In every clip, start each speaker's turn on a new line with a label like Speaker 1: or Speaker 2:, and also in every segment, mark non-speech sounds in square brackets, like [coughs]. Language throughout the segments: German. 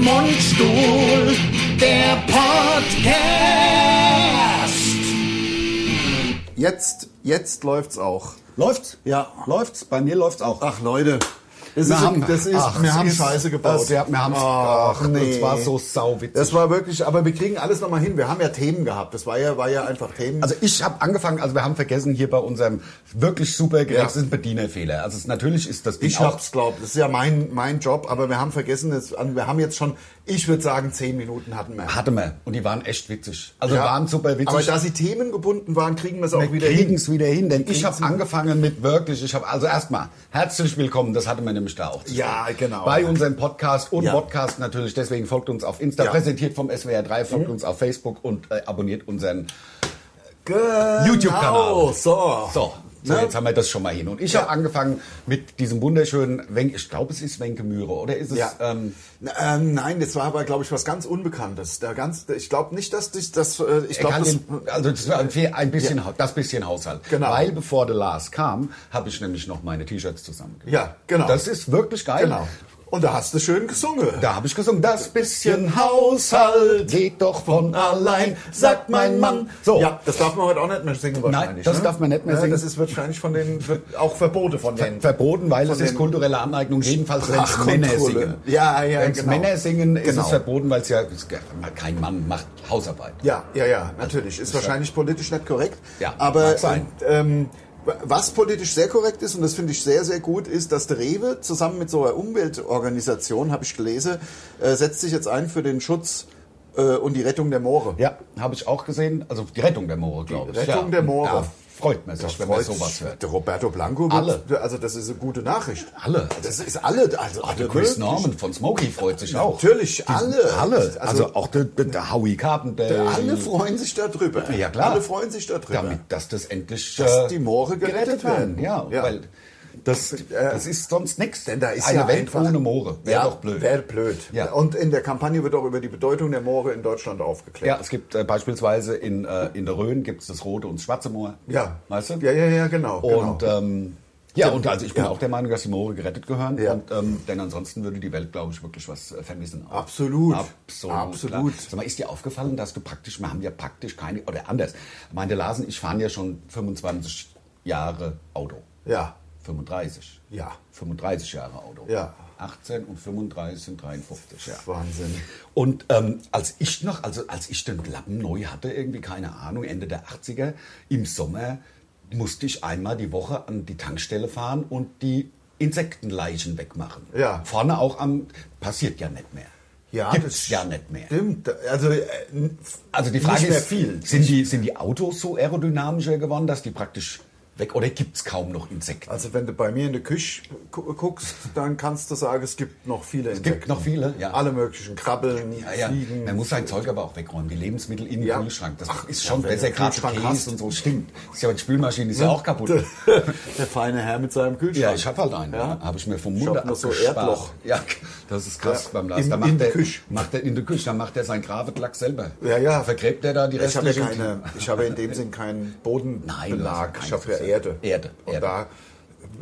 Speaker 1: Mundstuhl, der Podcast.
Speaker 2: Jetzt, jetzt läuft's auch.
Speaker 3: Läuft's?
Speaker 2: Ja.
Speaker 3: Läuft's? Bei mir läuft's auch.
Speaker 2: Ach Leute,
Speaker 3: das
Speaker 2: wir haben- ach, es ist- das-
Speaker 3: Das, ja, wir haben's
Speaker 2: Ach,
Speaker 3: gebaut.
Speaker 2: nee.
Speaker 3: Das war so sauwitzig.
Speaker 2: das war wirklich, aber wir kriegen alles nochmal hin. Wir haben ja Themen gehabt. Das war ja, war ja einfach Themen.
Speaker 3: also ich habe angefangen, also wir haben vergessen hier bei unserem wirklich super Gerät
Speaker 2: Ja.
Speaker 3: sind Bedienerfehler. Also es, natürlich ist das Ding
Speaker 2: ich
Speaker 3: auch
Speaker 2: hab's glaubt, das ist ja mein, mein Job, aber wir haben vergessen, das, wir haben jetzt schon, ich würde sagen, zehn Minuten hatten wir.
Speaker 3: hatte man und die waren echt witzig. Also
Speaker 2: Ja.
Speaker 3: waren super witzig.
Speaker 2: Aber da sie themengebunden waren, kriegen wir es auch
Speaker 3: wir
Speaker 2: wieder
Speaker 3: kriegen
Speaker 2: hin.
Speaker 3: es wieder hin, denn
Speaker 2: kriegen's
Speaker 3: ich habe
Speaker 2: hin.
Speaker 3: angefangen mit wirklich, ich habe also erstmal herzlich willkommen, das hatte man nämlich da auch. zu
Speaker 2: Ja,
Speaker 3: sagen.
Speaker 2: genau.
Speaker 3: Bei unserem Podcast und
Speaker 2: Ja.
Speaker 3: Podcast natürlich, deswegen folgt uns auf Insta,
Speaker 2: Ja. Mhm.
Speaker 3: präsentiert vom SWR 3, folgt uns auf Facebook und äh, abonniert unseren
Speaker 2: Genau,
Speaker 3: YouTube-Kanal.
Speaker 2: So.
Speaker 3: So, so
Speaker 2: Ne?
Speaker 3: jetzt haben wir das schon mal hin. Und ich habe angefangen mit diesem wunderschönen, Wen- ich glaube, es ist Wenke Mühre, oder ist es?
Speaker 2: Ja.
Speaker 3: Ähm,
Speaker 2: Na, ähm, nein, das war aber, glaube ich, was ganz Unbekanntes. Da ganz, ich glaube nicht, dass dich das. äh, Ich
Speaker 3: er
Speaker 2: glaube,
Speaker 3: kann
Speaker 2: das.
Speaker 3: den, also das war ein, fe- ein bisschen, Hau- das bisschen Haushalt.
Speaker 2: Genau.
Speaker 3: Weil bevor der Lars kam, habe ich nämlich noch meine T-Shirts zusammengebracht.
Speaker 2: Ja, genau.
Speaker 3: Das ist wirklich geil.
Speaker 2: Genau. Und da hast du schön gesungen.
Speaker 3: Da habe ich gesungen, das bisschen Haushalt geht doch von allein, sagt mein Mann. So,
Speaker 2: Ja, das darf man heute auch nicht mehr singen wahrscheinlich.
Speaker 3: das
Speaker 2: ne?
Speaker 3: darf man nicht mehr
Speaker 2: Ja,
Speaker 3: singen.
Speaker 2: Das ist wahrscheinlich von den wird auch Verbote von denen.
Speaker 3: verboten, weil es ist
Speaker 2: den-
Speaker 3: kulturelle Aneignung, jedenfalls wenn es
Speaker 2: Sprachkontrolle.
Speaker 3: Männer singen.
Speaker 2: Ja, ja,
Speaker 3: Wenn's
Speaker 2: genau.
Speaker 3: Männer singen, ist
Speaker 2: Genau.
Speaker 3: es verboten, weil es ja es- kein Mann macht Hausarbeit.
Speaker 2: ja, ja, ja, natürlich. Ist wahrscheinlich politisch nicht korrekt.
Speaker 3: Ja,
Speaker 2: aber
Speaker 3: mag sein.
Speaker 2: Ähm, was politisch sehr korrekt ist, und das finde ich sehr, sehr gut, ist, dass der Rewe zusammen mit so einer Umweltorganisation, habe ich gelesen, äh, setzt sich jetzt ein für den Schutz äh, und die Rettung der Moore.
Speaker 3: Ja, habe ich auch gesehen. Also die Rettung der Moore, glaube ich.
Speaker 2: Rettung
Speaker 3: ja.
Speaker 2: der Moore.
Speaker 3: Ja, freut man sich, wenn man
Speaker 2: freut
Speaker 3: sowas
Speaker 2: sich.
Speaker 3: hört.
Speaker 2: Der Roberto Blanco.
Speaker 3: Alle.
Speaker 2: Wird, also das ist eine gute Nachricht.
Speaker 3: Alle.
Speaker 2: Das ist alle. Also
Speaker 3: Ach,
Speaker 2: alle
Speaker 3: der Chris
Speaker 2: wirklich.
Speaker 3: Norman von Smokey freut sich auch.
Speaker 2: Natürlich, alle.
Speaker 3: Alle.
Speaker 2: Also,
Speaker 3: Also, auch der, der, der Howie Carpenter.
Speaker 2: alle freuen sich darüber.
Speaker 3: Ja, klar.
Speaker 2: Alle freuen sich darüber.
Speaker 3: damit, dass das endlich
Speaker 2: Dass
Speaker 3: äh,
Speaker 2: die Moore gerettet werden.
Speaker 3: Ja,
Speaker 2: Ja. Äh,
Speaker 3: weil das, das ist sonst nichts,
Speaker 2: Denn da ist
Speaker 3: eine
Speaker 2: ja
Speaker 3: Welt
Speaker 2: einfach,
Speaker 3: ohne Moore. Wäre
Speaker 2: ja,
Speaker 3: doch blöd.
Speaker 2: Wäre blöd.
Speaker 3: Ja.
Speaker 2: Und in der Kampagne wird auch über die Bedeutung der Moore in Deutschland aufgeklärt.
Speaker 3: ja, es gibt äh, beispielsweise in, äh, in der Rhön gibt es das rote und das schwarze Moor. Weißt du?
Speaker 2: Ja, ja, ja, genau. genau.
Speaker 3: Und ähm, ja, und also ich bin
Speaker 2: Ja.
Speaker 3: auch der Meinung, dass die Moore gerettet gehören.
Speaker 2: Ja.
Speaker 3: Und, ähm, denn ansonsten würde die Welt, glaube ich, wirklich was äh, vermissen. Auch.
Speaker 2: Absolut.
Speaker 3: Absolut.
Speaker 2: Absolut.
Speaker 3: Klar. Sag mal, ist dir aufgefallen, dass du praktisch, wir haben ja praktisch keine, oder anders, meine Larsen, ich fahre ja schon 25 Jahre Auto.
Speaker 2: Ja.
Speaker 3: 35.
Speaker 2: Ja.
Speaker 3: 35 Jahre Auto.
Speaker 2: Ja.
Speaker 3: 18 und 35 sind 53, ja.
Speaker 2: Wahnsinn.
Speaker 3: Und ähm, als ich noch, also als ich den Lappen neu hatte, irgendwie keine Ahnung, Ende der 80er, im Sommer musste ich einmal die Woche an die Tankstelle fahren und die Insektenleichen wegmachen.
Speaker 2: Ja.
Speaker 3: Vorne auch am, passiert ja nicht mehr. Gibt's
Speaker 2: das
Speaker 3: ja nicht mehr.
Speaker 2: Stimmt. Also, äh, n-
Speaker 3: Also die Frage
Speaker 2: nicht mehr
Speaker 3: ist,
Speaker 2: viel.
Speaker 3: Sind, die, sind die Autos so aerodynamischer geworden, dass die praktisch weg, oder gibt es kaum noch Insekten?
Speaker 2: Also wenn du bei mir in der Küche gu- guckst, dann kannst du sagen, es gibt noch viele Insekten.
Speaker 3: gibt noch viele, ja.
Speaker 2: Alle möglichen Krabbeln,
Speaker 3: Ja, ja.
Speaker 2: Fliegen.
Speaker 3: Man muss sein Zeug aber auch wegräumen. Die Lebensmittel in den
Speaker 2: Ja.
Speaker 3: Kühlschrank. Das
Speaker 2: Ach,
Speaker 3: ist
Speaker 2: ja,
Speaker 3: schon
Speaker 2: wenn
Speaker 3: besser.
Speaker 2: du
Speaker 3: Gerade
Speaker 2: Kühlschrank
Speaker 3: Käse
Speaker 2: hast. Ne?
Speaker 3: und so stimmt. Ist ja, die Spülmaschine ist ja auch
Speaker 2: [laughs]
Speaker 3: kaputt.
Speaker 2: Der feine Herr mit seinem Kühlschrank.
Speaker 3: Ja, ich habe halt einen.
Speaker 2: Ja.
Speaker 3: Ja. Habe ich mir vom
Speaker 2: Ich
Speaker 3: Munde
Speaker 2: hab noch so
Speaker 3: abgespart.
Speaker 2: Erdloch. [laughs]
Speaker 3: Ja, das ist krass
Speaker 2: Ja.
Speaker 3: beim Lars.
Speaker 2: In-
Speaker 3: da macht
Speaker 2: in die
Speaker 3: der,
Speaker 2: Küche.
Speaker 3: Macht der in der Küche, dann macht er seinen Gravetlack selber.
Speaker 2: Ja, ja.
Speaker 3: Vergräbt er da die
Speaker 2: Ich habe ja
Speaker 3: restlichen...
Speaker 2: keine, ich habe in dem Sinn
Speaker 3: [laughs]
Speaker 2: keinen
Speaker 3: Nein, du
Speaker 2: Bodenbelag.
Speaker 3: hast keine
Speaker 2: ich habe ja
Speaker 3: Substanz.
Speaker 2: Erde.
Speaker 3: Erde,
Speaker 2: Und
Speaker 3: Erde.
Speaker 2: da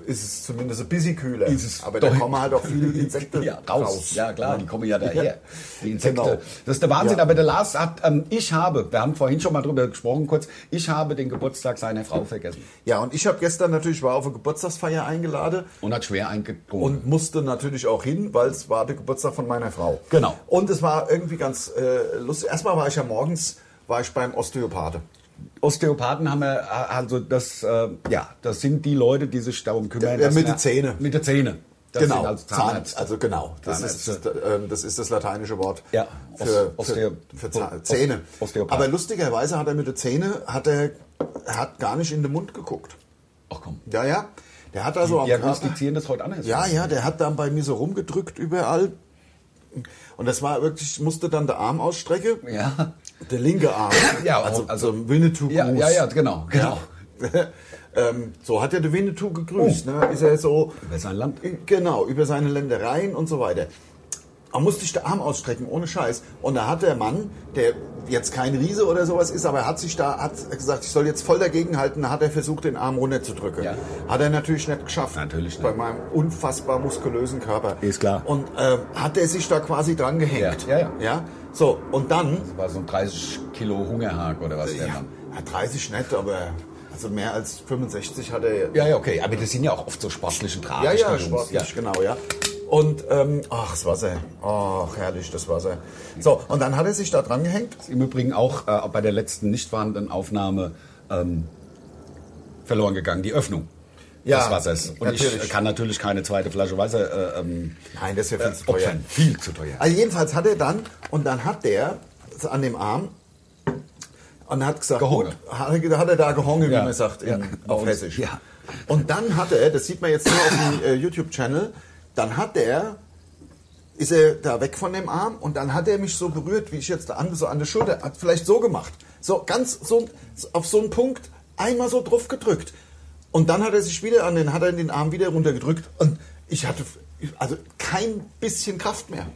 Speaker 2: ist es zumindest ein bisschen kühler.
Speaker 3: Ist es
Speaker 2: Aber da
Speaker 3: deutlich.
Speaker 2: kommen halt
Speaker 3: [laughs]
Speaker 2: auch viele Insekten
Speaker 3: ja, raus. Ja, klar, die kommen ja daher.
Speaker 2: Ja.
Speaker 3: Die Insekten.
Speaker 2: Genau.
Speaker 3: Das ist der Wahnsinn.
Speaker 2: Ja.
Speaker 3: Aber der Lars hat, ähm, ich habe, wir haben vorhin schon mal drüber gesprochen kurz, ich habe den Geburtstag seiner Frau vergessen.
Speaker 2: Ja, und ich habe gestern natürlich, war auf eine Geburtstagsfeier eingeladen.
Speaker 3: Und hat schwer eingetrunken.
Speaker 2: Und musste natürlich auch hin, weil es war der Geburtstag von meiner Frau.
Speaker 3: Genau.
Speaker 2: Und es war irgendwie ganz äh, lustig. Erstmal war ich ja morgens war ich beim Osteopathe.
Speaker 3: Osteopathen haben wir, also das, äh, ja, das sind die Leute, die sich darum kümmern.
Speaker 2: Ja,
Speaker 3: dass
Speaker 2: mit
Speaker 3: man-
Speaker 2: der Zähne.
Speaker 3: Mit der Zähne. Das sind also Zahnärzte.
Speaker 2: Genau. Zahn, also genau. Das ist,
Speaker 3: Zahnärzte.
Speaker 2: ähm, das ist das lateinische Wort
Speaker 3: Ja,
Speaker 2: für,
Speaker 3: Os-
Speaker 2: für,
Speaker 3: Osteo-
Speaker 2: für Zahn,
Speaker 3: Oste-
Speaker 2: Zähne.
Speaker 3: Osteopath.
Speaker 2: Aber lustigerweise hat er mit der Zähne, hat er, er hat gar nicht in den Mund geguckt.
Speaker 3: Ach komm.
Speaker 2: Ja, ja. Der hat da so
Speaker 3: Die
Speaker 2: am Körper-
Speaker 3: diagnostizieren das heute anders.
Speaker 2: Ja, ja, der hat dann bei mir so rumgedrückt überall. Und das war wirklich, ich musste dann der Arm ausstrecken.
Speaker 3: Ja.
Speaker 2: Der linke Arm.
Speaker 3: [coughs] Ja,
Speaker 2: also,
Speaker 3: also-
Speaker 2: also Winnetou
Speaker 3: Ja,
Speaker 2: Gruß.
Speaker 3: ja, ja, genau, genau.
Speaker 2: [laughs]
Speaker 3: Oh.
Speaker 2: ähm, so hat er der Winnetou gegrüßt. Ne? Ist er so
Speaker 3: Über sein Land.
Speaker 2: Genau, über seine Ländereien und so weiter. Man musste sich den Arm ausstrecken, ohne Scheiß. Und da hat der Mann, der jetzt kein Riese oder sowas ist, aber hat sich da hat gesagt, ich soll jetzt voll dagegenhalten. da hat er versucht, den Arm runterzudrücken.
Speaker 3: Ja.
Speaker 2: Hat er natürlich nicht geschafft.
Speaker 3: Natürlich nicht.
Speaker 2: Bei meinem unfassbar muskulösen Körper.
Speaker 3: Ist klar.
Speaker 2: Und ähm, hat er sich da quasi dran gehängt.
Speaker 3: Ja, ja, ja.
Speaker 2: So, und dann,
Speaker 3: War so ein 30 Kilo Hungerhag oder was der
Speaker 2: ja,
Speaker 3: Mann.
Speaker 2: ja, 30 nicht, aber also mehr als 65 hat er
Speaker 3: Ja, ja, okay. Aber das sind ja auch oft so sportlichen Tragen.
Speaker 2: ja, ja, sportlich, genau, ja. Und, ähm, ach, das Wasser. Ach, herrlich, das Wasser. So, und dann hat er sich da dran gehängt.
Speaker 3: Im Übrigen auch äh, bei der letzten nicht vorhandenen Aufnahme ähm, verloren gegangen, die Öffnung
Speaker 2: Ja,
Speaker 3: des Wassers. Und
Speaker 2: natürlich.
Speaker 3: ich kann natürlich keine zweite Flasche Wasser äh, ähm,
Speaker 2: Nein, das ist ja viel zu
Speaker 3: äh,
Speaker 2: teuer.
Speaker 3: opfern. Viel zu teuer.
Speaker 2: Also jedenfalls hat er dann, und dann hat der es an dem Arm und hat gesagt,
Speaker 3: Gehongen.
Speaker 2: gut, hat er, hat er da gehongen,
Speaker 3: Ja.
Speaker 2: wie man sagt, in,
Speaker 3: Ja.
Speaker 2: auf
Speaker 3: Bei uns.
Speaker 2: Hessisch.
Speaker 3: Ja.
Speaker 2: Und dann hat er, das sieht man jetzt nur auf dem äh, YouTube-Channel, dann hat er, ist er da weg von dem Arm und dann hat er mich so berührt, wie ich jetzt da an, so an der Schulter, hat vielleicht so gemacht, so ganz so auf so einen Punkt einmal so drauf gedrückt. Und dann hat er sich wieder an den, hat er den Arm wieder runtergedrückt und ich hatte also kein bisschen Kraft mehr.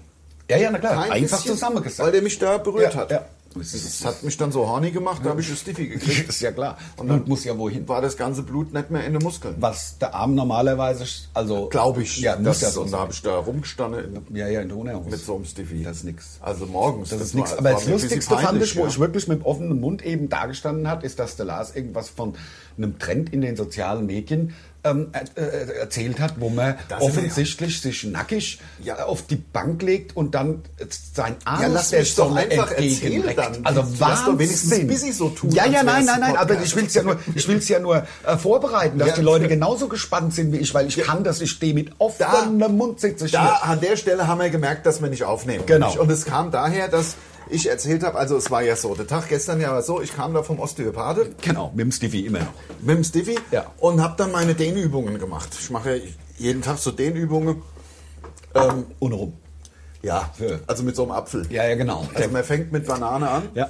Speaker 3: ja, ja, na klar.
Speaker 2: Kein
Speaker 3: Einfach
Speaker 2: bisschen,
Speaker 3: zusammengesagt.
Speaker 2: Weil der mich da berührt
Speaker 3: Ja,
Speaker 2: hat.
Speaker 3: ja.
Speaker 2: Das hat mich dann so horny gemacht, da habe ich ein Stiffy gekriegt.
Speaker 3: ist ja
Speaker 2: [laughs]
Speaker 3: klar.
Speaker 2: Und
Speaker 3: Und
Speaker 2: dann-
Speaker 3: Blut muss ja wohin.
Speaker 2: War das ganze Blut nicht mehr in den Muskeln.
Speaker 3: Was der Arm normalerweise, also
Speaker 2: Glaube ich.
Speaker 3: ja, muss
Speaker 2: das,
Speaker 3: ja so
Speaker 2: und da
Speaker 3: sein.
Speaker 2: habe ich da rumgestanden
Speaker 3: Ja, ja, in der Unterhose.
Speaker 2: mit so einem Stiffy.
Speaker 3: Das ist nix.
Speaker 2: Also morgens.
Speaker 3: Das ist
Speaker 2: war-
Speaker 3: nichts, aber
Speaker 2: war
Speaker 3: das
Speaker 2: mir ein bisschen
Speaker 3: Lustigste fand
Speaker 2: peinlich,
Speaker 3: ich, wo
Speaker 2: ja.
Speaker 3: ich wirklich mit offenem Mund eben dagestanden hat, ist, dass der Lars irgendwas von einem Trend in den sozialen Medien ähm, er- äh, erzählt hat, wo man
Speaker 2: Da sind wir,
Speaker 3: offensichtlich sich nackig
Speaker 2: Ja.
Speaker 3: äh, auf die Bank legt und dann äh, sein Arm
Speaker 2: Ja, lass
Speaker 3: der
Speaker 2: mich doch
Speaker 3: Sonne
Speaker 2: einfach
Speaker 3: entgegenreckt.
Speaker 2: erzählen dann.
Speaker 3: Also
Speaker 2: Du darfst
Speaker 3: Wahnsinn.
Speaker 2: doch wenigstens ein bisschen so tun,
Speaker 3: Ja,
Speaker 2: als
Speaker 3: ja, nein,
Speaker 2: wär's
Speaker 3: nein, nein,
Speaker 2: ein
Speaker 3: aber
Speaker 2: Podcast.
Speaker 3: ich will es ja nur, ich will's ja nur äh, vorbereiten, dass
Speaker 2: Ja.
Speaker 3: die Leute genauso gespannt sind wie ich, weil ich kann das, ich stehe mit offenem Mund sitze ich
Speaker 2: Da
Speaker 3: hier.
Speaker 2: an der Stelle haben wir gemerkt, dass wir nicht aufnehmen.
Speaker 3: Genau.
Speaker 2: Und es kam daher, dass ich erzählt habe, also es war ja so, der Tag gestern ja war so, ich kam da vom Osteopathe
Speaker 3: Genau, mit dem Stiffy immer noch.
Speaker 2: mit dem Stiffy
Speaker 3: Ja.
Speaker 2: und habe dann meine Dehnübungen gemacht. Ich mache ja jeden Tag so Dehnübungen. Ähm,
Speaker 3: Und rum.
Speaker 2: ja,
Speaker 3: Für-
Speaker 2: also mit so einem Apfel.
Speaker 3: Ja, ja, genau.
Speaker 2: Also man fängt mit Banane an
Speaker 3: Ja.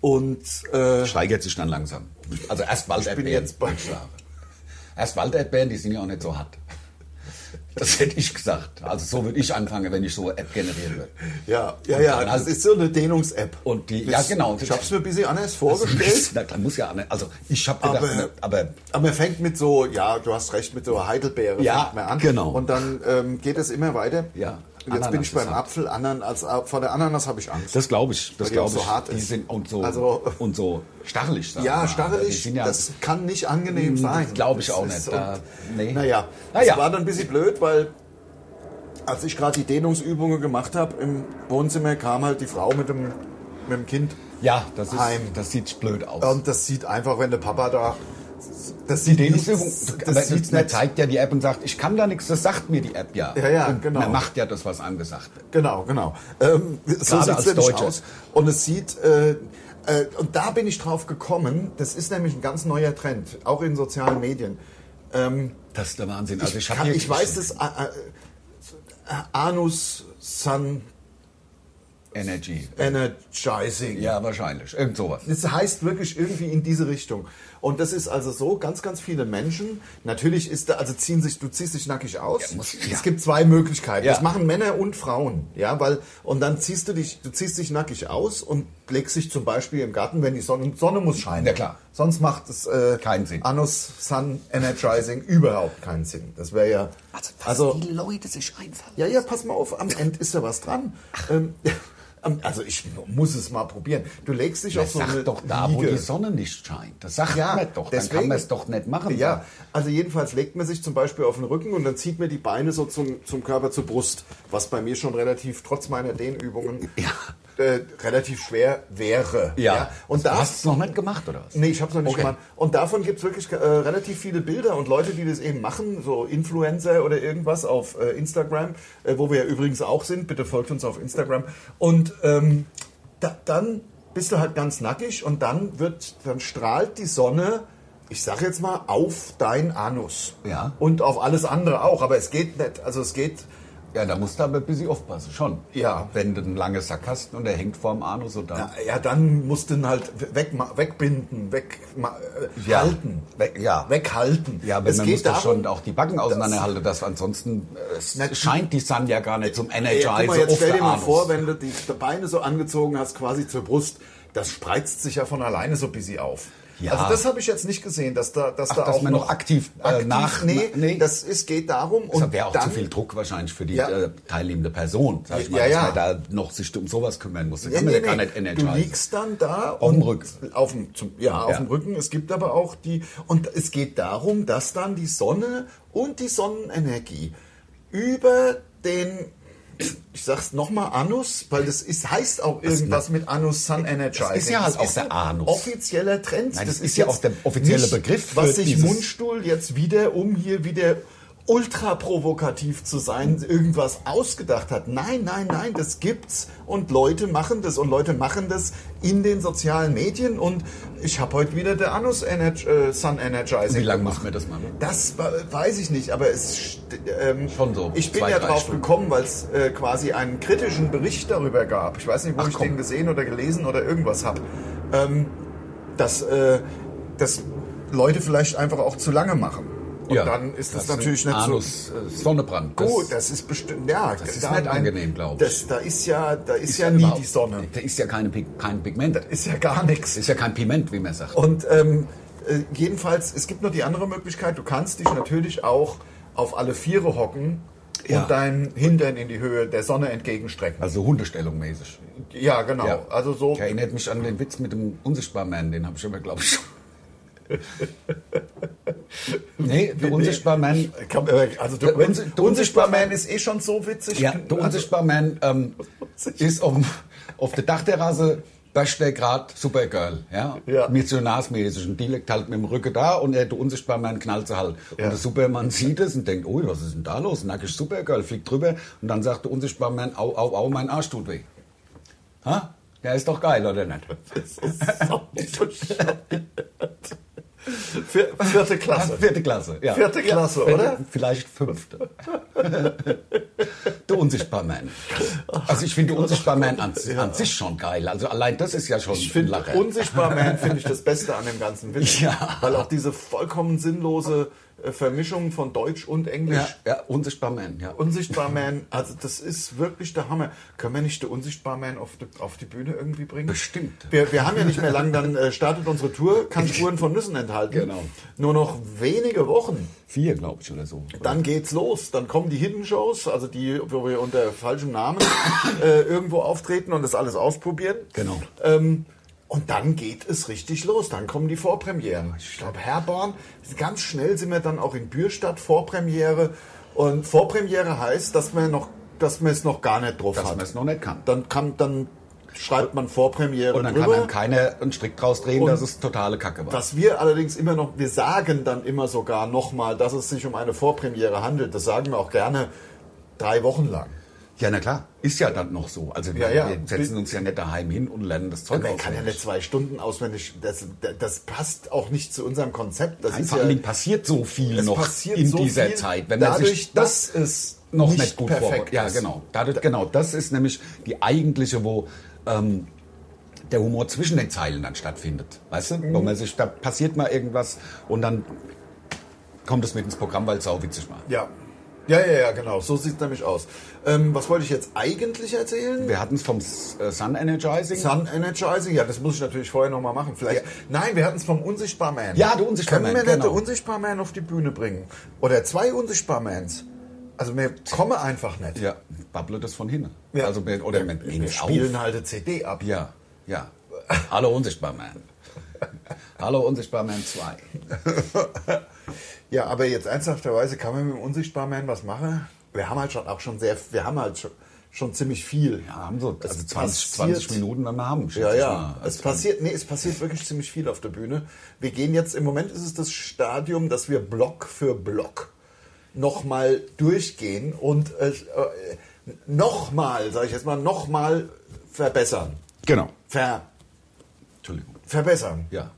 Speaker 2: und äh,
Speaker 3: Steigert sich dann langsam. Also erst Walderdbeeren.
Speaker 2: bin jetzt bei-
Speaker 3: dann Schlafe. Erst Walderdbeeren, die sind ja auch nicht so hart. Das hätte ich gesagt. Also so würde ich anfangen, wenn ich so eine App generieren würde.
Speaker 2: ja, ja,
Speaker 3: Und
Speaker 2: ja,
Speaker 3: dann
Speaker 2: das
Speaker 3: halt-
Speaker 2: ist so eine Dehnungs-App.
Speaker 3: Und die- ja, genau.
Speaker 2: Ich habe es mir ein bisschen anders
Speaker 3: Das-
Speaker 2: vorgestellt.
Speaker 3: Na klar, muss ja an. Also ich habe
Speaker 2: Aber-
Speaker 3: gedacht, ne, aber
Speaker 2: Aber man fängt mit so, ja, du hast recht, mit so Heidelbeere
Speaker 3: Ja,
Speaker 2: fängt man an.
Speaker 3: genau.
Speaker 2: Und dann ähm, geht es immer weiter.
Speaker 3: Ja,
Speaker 2: Und jetzt bin
Speaker 3: Ananas
Speaker 2: ich beim
Speaker 3: ist hart.
Speaker 2: Apfel, Ananas, vor der Ananas habe ich Angst.
Speaker 3: das glaube ich. Das
Speaker 2: Weil die auch
Speaker 3: glaube ich.
Speaker 2: so hart
Speaker 3: die
Speaker 2: ist.
Speaker 3: sind und so
Speaker 2: Also-
Speaker 3: und so stachelig. sagen wir
Speaker 2: ja,
Speaker 3: mal. Die
Speaker 2: stachelig,
Speaker 3: sind ja- Hm,
Speaker 2: das kann nicht angenehm sein.
Speaker 3: glaub ich
Speaker 2: Das
Speaker 3: auch
Speaker 2: ist
Speaker 3: nicht.
Speaker 2: so-
Speaker 3: Da- nee.
Speaker 2: Naja,
Speaker 3: Naja.
Speaker 2: das war dann ein bisschen blöd, weil als ich gerade die Dehnungsübungen gemacht habe im Wohnzimmer, kam halt die Frau mit dem, mit dem Kind.
Speaker 3: ja, das ist.
Speaker 2: Heim. Ähm,
Speaker 3: Das sieht blöd aus.
Speaker 2: Und das sieht einfach, wenn der Papa da... Das
Speaker 3: Die
Speaker 2: sieht
Speaker 3: Dehnungsübung,
Speaker 2: nichts-
Speaker 3: aber
Speaker 2: das sieht
Speaker 3: man
Speaker 2: nicht
Speaker 3: zeigt ja die App und sagt, ich kann da nichts, das sagt mir die App ja.
Speaker 2: Ja, ja,
Speaker 3: und
Speaker 2: genau.
Speaker 3: Man macht ja das, was angesagt wird.
Speaker 2: Genau, genau. Ähm,
Speaker 3: Gerade
Speaker 2: so sieht es
Speaker 3: als
Speaker 2: nämlich
Speaker 3: Deutscher.
Speaker 2: aus. Und es sieht, äh, äh, und da bin ich drauf gekommen, das ist nämlich ein ganz neuer Trend, auch in sozialen Medien.
Speaker 3: Das ist der Wahnsinn. Also ich, hab
Speaker 2: Kann,
Speaker 3: hier-
Speaker 2: ich weiß das, äh, äh, Anus Sun
Speaker 3: Energy.
Speaker 2: Energizing.
Speaker 3: Ja, wahrscheinlich. Irgend sowas.
Speaker 2: Das heißt wirklich irgendwie in diese Richtung. Und das ist also so, ganz, ganz viele Menschen, natürlich ist da, also ziehen sich, du ziehst dich nackig aus.
Speaker 3: Ja, muss- ja.
Speaker 2: Es gibt zwei Möglichkeiten.
Speaker 3: Ja.
Speaker 2: Das machen Männer und Frauen. Ja, weil, und dann ziehst du dich, du ziehst dich nackig aus und legst dich zum Beispiel im Garten, wenn die Sonne, Sonne muss scheinen.
Speaker 3: Ja, klar.
Speaker 2: Sonst macht es, äh,
Speaker 3: Keinen Sinn.
Speaker 2: Anus Sun Energizing überhaupt keinen Sinn. Das wäre ja, also
Speaker 3: Leute sich einfallen.
Speaker 2: ja, ja, pass mal auf, am Ende ist da was dran. Ähm, [laughs] am- also ich muss es mal probieren. Du legst dich auf so eine
Speaker 3: sagt doch da, wo
Speaker 2: Liege.
Speaker 3: die Sonne nicht scheint. Das sagt
Speaker 2: Ja,
Speaker 3: man doch. Dann
Speaker 2: deswegen-
Speaker 3: kann man es doch nicht machen.
Speaker 2: Ja, also jedenfalls legt man sich zum Beispiel auf den Rücken und dann zieht man die Beine so zum, zum Körper zur Brust, was bei mir schon relativ, trotz meiner Dehnübungen, äh, relativ schwer wäre.
Speaker 3: Ja.
Speaker 2: Und
Speaker 3: Du
Speaker 2: da...
Speaker 3: hast es noch nicht gemacht, oder was?
Speaker 2: Nee, ich habe es noch nicht
Speaker 3: Okay.
Speaker 2: gemacht. Und davon gibt es wirklich äh, relativ viele Bilder und Leute, die das eben machen, so Influencer oder irgendwas auf äh, Instagram, äh, wo wir ja übrigens auch sind. Bitte folgt uns auf Instagram. Und ähm, da, dann bist du halt ganz nackig und dann wird, dann strahlt die Sonne, ich sag jetzt mal, auf dein Anus.
Speaker 3: Ja.
Speaker 2: Und auf alles andere auch. Aber es geht nicht. Also es geht
Speaker 3: Ja, da musst du aber ein bisschen aufpassen, schon.
Speaker 2: Ja.
Speaker 3: Wenn du einen langen Sack hast und der hängt vorm Anus so da.
Speaker 2: Ja, ja, dann musst du ihn halt weg, wegbinden,
Speaker 3: Ja.
Speaker 2: weghalten.
Speaker 3: Weg- ja.
Speaker 2: Weghalten.
Speaker 3: Ja, aber man muss da schon auch die Backen auseinanderhalten, dass ansonsten äh, es
Speaker 2: Na,
Speaker 3: scheint die Sun ja gar nicht zum Energizer
Speaker 2: Ja, guck mal, jetzt
Speaker 3: auf
Speaker 2: stell
Speaker 3: der
Speaker 2: dir mal
Speaker 3: Anus.
Speaker 2: vor, wenn du die Beine so angezogen hast, quasi zur Brust, das spreizt sich ja von alleine so ein bisschen auf.
Speaker 3: Ja.
Speaker 2: Also das habe ich jetzt nicht gesehen, dass da, dass
Speaker 3: Ach,
Speaker 2: da
Speaker 3: dass
Speaker 2: auch
Speaker 3: man noch aktiv, äh, nach-
Speaker 2: nee,
Speaker 3: na- nee.
Speaker 2: das ist, geht darum
Speaker 3: Das
Speaker 2: und
Speaker 3: wäre auch
Speaker 2: dann,
Speaker 3: zu viel Druck wahrscheinlich für die
Speaker 2: Ja.
Speaker 3: äh, teilnehmende Person, sag ich mal,
Speaker 2: Ja, ja.
Speaker 3: dass man da noch sich um sowas kümmern muss. Da
Speaker 2: Nee,
Speaker 3: kann man
Speaker 2: nee,
Speaker 3: ja gar
Speaker 2: nee.
Speaker 3: nicht
Speaker 2: Du
Speaker 3: energizen.
Speaker 2: liegst dann da
Speaker 3: Auf dem
Speaker 2: und-
Speaker 3: Rücken.
Speaker 2: Auf dem, zum, ja, auf
Speaker 3: Ja.
Speaker 2: dem Rücken. Es gibt aber auch die und es geht darum, dass dann die Sonne und die Sonnenenergie über den ich sag's nochmal Anus, weil das ist, heißt auch irgendwas mit Anus Sun Energizing.
Speaker 3: ist ja halt
Speaker 2: Das
Speaker 3: auch der
Speaker 2: ein
Speaker 3: Anus.
Speaker 2: Offizieller Trend.
Speaker 3: Nein, das ist ja auch der offizielle Begriff für
Speaker 2: Was sich
Speaker 3: dieses-
Speaker 2: Mundstuhl jetzt wieder, um hier wieder ultra provokativ zu sein, irgendwas ausgedacht hat. Nein, nein, nein, das gibt's und Leute machen das und Leute machen das in den sozialen Medien und ich habe heute wieder der Anus Energ äh, Sun Energizing.
Speaker 3: Wie lange muss man das machen?
Speaker 2: Das we- weiß ich nicht, aber es st- ähm,
Speaker 3: Schon so,
Speaker 2: Ich bin
Speaker 3: zwei,
Speaker 2: ja
Speaker 3: drei
Speaker 2: drauf
Speaker 3: Stunden.
Speaker 2: gekommen, weil es äh, quasi einen kritischen Bericht darüber gab. Ich weiß nicht, wo
Speaker 3: Ach,
Speaker 2: ich
Speaker 3: komm.
Speaker 2: den gesehen oder gelesen oder irgendwas habe. Ähm, dass, äh, dass Leute vielleicht einfach auch zu lange machen. Und dann ist das,
Speaker 3: ist
Speaker 2: natürlich
Speaker 3: ein
Speaker 2: nicht so
Speaker 3: Anus, äh, Sonnenbrand. Das-
Speaker 2: gut. Das ist bestimmt ja.
Speaker 3: Das ist
Speaker 2: da-
Speaker 3: nicht angenehm, glaub ich.
Speaker 2: das- Da ist ja, da ist,
Speaker 3: ist
Speaker 2: ja, nie
Speaker 3: überhaupt-
Speaker 2: die Sonne.
Speaker 3: Da ist ja keine, Pig- kein Pigment. Das
Speaker 2: Ist ja gar nichts.
Speaker 3: ist ja kein Piment, wie man sagt.
Speaker 2: Und ähm, äh, jedenfalls, es gibt noch die andere Möglichkeit, du kannst dich natürlich auch auf alle Viere hocken
Speaker 3: Ja.
Speaker 2: und deinen Hintern in die Höhe der Sonne entgegenstrecken.
Speaker 3: Also Hundestellung mäßig.
Speaker 2: ja, genau.
Speaker 3: Ja.
Speaker 2: Also so.
Speaker 3: Ich erinnert mich an den Witz mit dem Unsichtbarmann, den habe ich aber, glaube ich,
Speaker 2: [laughs]
Speaker 3: schon. nee, der Unsichtbarmann.
Speaker 2: Kann- äh, Also du,
Speaker 3: Der
Speaker 2: wenn,
Speaker 3: Unsi- der
Speaker 2: unsichtbar
Speaker 3: Unsichtbar-
Speaker 2: Man ist eh schon so witzig.
Speaker 3: Ja,
Speaker 2: Also,
Speaker 3: der
Speaker 2: [laughs]
Speaker 3: Unsichtbarmann ähm, ist auf, dem- auf der Dachterrasse. Beste grad Supergirl, ja?
Speaker 2: Ja.
Speaker 3: Missionarsmäßig. Und die liegt halt mit dem Rücken da und er, der Unsichtbarmann knallt sie halt.
Speaker 2: Ja.
Speaker 3: Und der Superman sieht es und denkt, oh, was ist denn da los? Nackig Supergirl, fliegt drüber. Und dann sagt der Unsichtbarmann, au, au, au, mein Arsch tut weh. Ha? Der ist doch geil, oder nicht?
Speaker 2: so bescheuert. Vier- Vierte Klasse.
Speaker 3: Vierte Klasse, ja.
Speaker 2: Vierte Klasse,
Speaker 3: Vierte,
Speaker 2: oder?
Speaker 3: Vielleicht fünfte. der Unsichtbarmann. Also ich finde Unsichtbarmann an, an sich schon geil. Also allein das ist ja schon
Speaker 2: Ich finde
Speaker 3: Lacher. [laughs]
Speaker 2: unsichtbar Man finde ich das Beste an dem ganzen Witz,
Speaker 3: Ja.
Speaker 2: weil auch diese vollkommen sinnlose äh, Vermischung von Deutsch und Englisch.
Speaker 3: ja, ja, Unsichtbarmann, ja.
Speaker 2: Unsichtbar Man, also das ist wirklich der Hammer. Können wir nicht den Unsichtbar Man auf die, auf die Bühne irgendwie bringen?
Speaker 3: Bestimmt.
Speaker 2: Wir, wir haben ja nicht mehr lang, dann äh, startet unsere Tour, kann Spuren von Nüssen enthalten.
Speaker 3: Genau.
Speaker 2: Nur noch wenige Wochen,
Speaker 3: Vier, glaube ich, oder so.
Speaker 2: dann geht's los. Dann kommen die Hidden Shows, also die, wo wir unter falschem Namen äh, irgendwo auftreten und das alles ausprobieren.
Speaker 3: Genau.
Speaker 2: Ähm, und dann geht es richtig los. Dann kommen die Vorpremieren. Ich glaube, Herborn, ganz schnell sind wir dann auch in Bürstadt, Vorpremiere. Und Vorpremiere heißt, dass man noch, dass man es noch gar nicht drauf
Speaker 3: Dass
Speaker 2: hat.
Speaker 3: man es noch nicht kann.
Speaker 2: Dann kann, dann schreibt man Vorpremiere
Speaker 3: Und dann kann
Speaker 2: drüber.
Speaker 3: dann keiner einen Strick draus drehen,
Speaker 2: Und
Speaker 3: dass es totale Kacke war.
Speaker 2: was wir allerdings immer noch, wir sagen dann immer sogar nochmal, dass es sich um eine Vorpremiere handelt. Das sagen wir auch gerne drei Wochen lang.
Speaker 3: ja, na klar. Ist ja dann noch so. Also
Speaker 2: Ja,
Speaker 3: wir,
Speaker 2: ja.
Speaker 3: wir setzen uns ja nicht daheim hin und lernen das Zeug
Speaker 2: Man kann ja
Speaker 3: auswendig.
Speaker 2: nicht zwei Stunden auswendig, das, das passt auch nicht zu unserem Konzept. Das
Speaker 3: Nein,
Speaker 2: ist
Speaker 3: vor
Speaker 2: ja,
Speaker 3: allen Dingen passiert so viel
Speaker 2: Es
Speaker 3: noch
Speaker 2: passiert
Speaker 3: in
Speaker 2: so
Speaker 3: dieser
Speaker 2: viel,
Speaker 3: Zeit. Wenn man
Speaker 2: dadurch,
Speaker 3: sich
Speaker 2: dass es
Speaker 3: noch
Speaker 2: nicht
Speaker 3: nicht, gut
Speaker 2: perfekt
Speaker 3: vorbereitet Ja,
Speaker 2: ist.
Speaker 3: genau. Dadurch, genau. Das ist nämlich die eigentliche, wo ähm, der Humor zwischen den Zeilen dann stattfindet. Weißt du?
Speaker 2: Mhm.
Speaker 3: Wo man sich, da passiert mal irgendwas und dann kommt es mit ins Programm, weil es auch witzig war.
Speaker 2: Ja. Ja, ja, ja, genau. So sieht es nämlich aus. Ähm, was wollte ich jetzt eigentlich erzählen?
Speaker 3: Wir hatten es vom S- äh, Sun Energizing.
Speaker 2: Sun Energizing? Ja, das muss ich natürlich vorher nochmal machen. Vielleicht.
Speaker 3: Ja.
Speaker 2: Nein, wir hatten es vom Unsichtbarman.
Speaker 3: Ja, der Unsichtbarman,
Speaker 2: Können wir nicht
Speaker 3: genau.
Speaker 2: den Unsichtbarman auf die Bühne bringen? Oder zwei Unsichtbarmans? Also, wir kommen einfach nicht.
Speaker 3: ja, babble das von hinten.
Speaker 2: Ja.
Speaker 3: Also, wir- oder mit
Speaker 2: Wir spielen halt eine CD ab.
Speaker 3: Ja, ja. Hallo Unsichtbarmann. Hallo Unsichtbarmann 2.
Speaker 2: Ja, aber jetzt ernsthafterweise kann man mit dem Unsichtbarman was machen. Wir haben halt schon auch schon sehr, wir haben halt schon, schon ziemlich viel.
Speaker 3: Ja, haben so.
Speaker 2: Es
Speaker 3: Also 20,
Speaker 2: passiert-
Speaker 3: 20 Minuten, wenn wir haben. schätze
Speaker 2: Ja,
Speaker 3: ich
Speaker 2: ja.
Speaker 3: mal.
Speaker 2: Es passiert, nee, es passiert wirklich ziemlich viel auf der Bühne. Wir gehen jetzt, im Moment ist es das Stadium, dass wir Block für Block nochmal durchgehen und äh, nochmal, sage ich jetzt mal, nochmal verbessern.
Speaker 3: Genau.
Speaker 2: Ver,
Speaker 3: Entschuldigung.
Speaker 2: verbessern.
Speaker 3: Ja.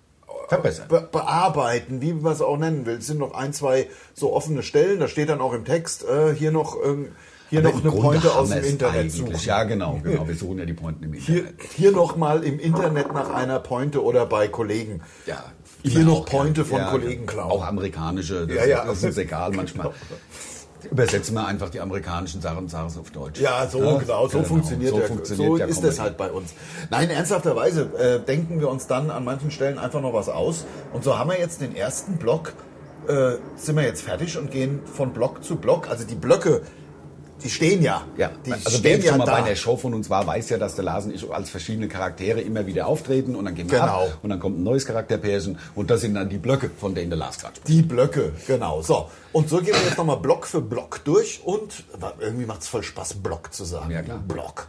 Speaker 3: Verbessern.
Speaker 2: Be bearbeiten, wie man es auch nennen will. Es sind noch ein, zwei so offene Stellen, da steht dann auch im Text, äh, hier noch ähm, Hier
Speaker 3: Aber
Speaker 2: noch
Speaker 3: im
Speaker 2: eine
Speaker 3: Grunde
Speaker 2: Pointe
Speaker 3: haben
Speaker 2: aus
Speaker 3: wir
Speaker 2: dem
Speaker 3: es
Speaker 2: Internet
Speaker 3: eigentlich.
Speaker 2: suchen.
Speaker 3: Ja, genau, genau. Wir suchen ja die Pointen im
Speaker 2: Hier,
Speaker 3: Internet.
Speaker 2: hier nochmal im Internet nach einer Pointe oder bei Kollegen.
Speaker 3: Ja.
Speaker 2: Hier
Speaker 3: immer
Speaker 2: noch
Speaker 3: auch
Speaker 2: Pointe
Speaker 3: gerne.
Speaker 2: von
Speaker 3: Ja, genau.
Speaker 2: Kollegen klauen.
Speaker 3: Auch amerikanische, das,
Speaker 2: Ja, ja.
Speaker 3: das ist uns egal
Speaker 2: [laughs]
Speaker 3: manchmal. Übersetzen wir einfach die amerikanischen Sachen und sagen es auf Deutsch.
Speaker 2: Ja, so
Speaker 3: Ne?
Speaker 2: genau, so
Speaker 3: Genau,
Speaker 2: funktioniert
Speaker 3: so
Speaker 2: der,
Speaker 3: funktioniert
Speaker 2: so
Speaker 3: der
Speaker 2: ist
Speaker 3: Comedy.
Speaker 2: das halt bei uns. Nein, ernsthafterweise äh, denken wir uns dann an manchen Stellen einfach noch was aus und so haben wir jetzt den ersten Block äh, sind wir jetzt fertig und gehen von Block zu Block, also die Blöcke die stehen ja.
Speaker 3: Ja,
Speaker 2: die
Speaker 3: also wer
Speaker 2: stehen
Speaker 3: schon
Speaker 2: ja
Speaker 3: mal bei
Speaker 2: da.
Speaker 3: einer Show von uns war, weiß ja, dass der Larsen und ich als verschiedene Charaktere immer wieder auftreten und dann gehen wir
Speaker 2: Genau.
Speaker 3: ab und dann kommt ein neues Charakterpärchen und das sind dann die Blöcke, von denen der Lars gerade spricht.
Speaker 2: Die Blöcke, genau. So, und so gehen wir jetzt nochmal Block für Block durch und wa- irgendwie macht es voll Spaß, Block zu sagen.
Speaker 3: Ja, klar.
Speaker 2: Block.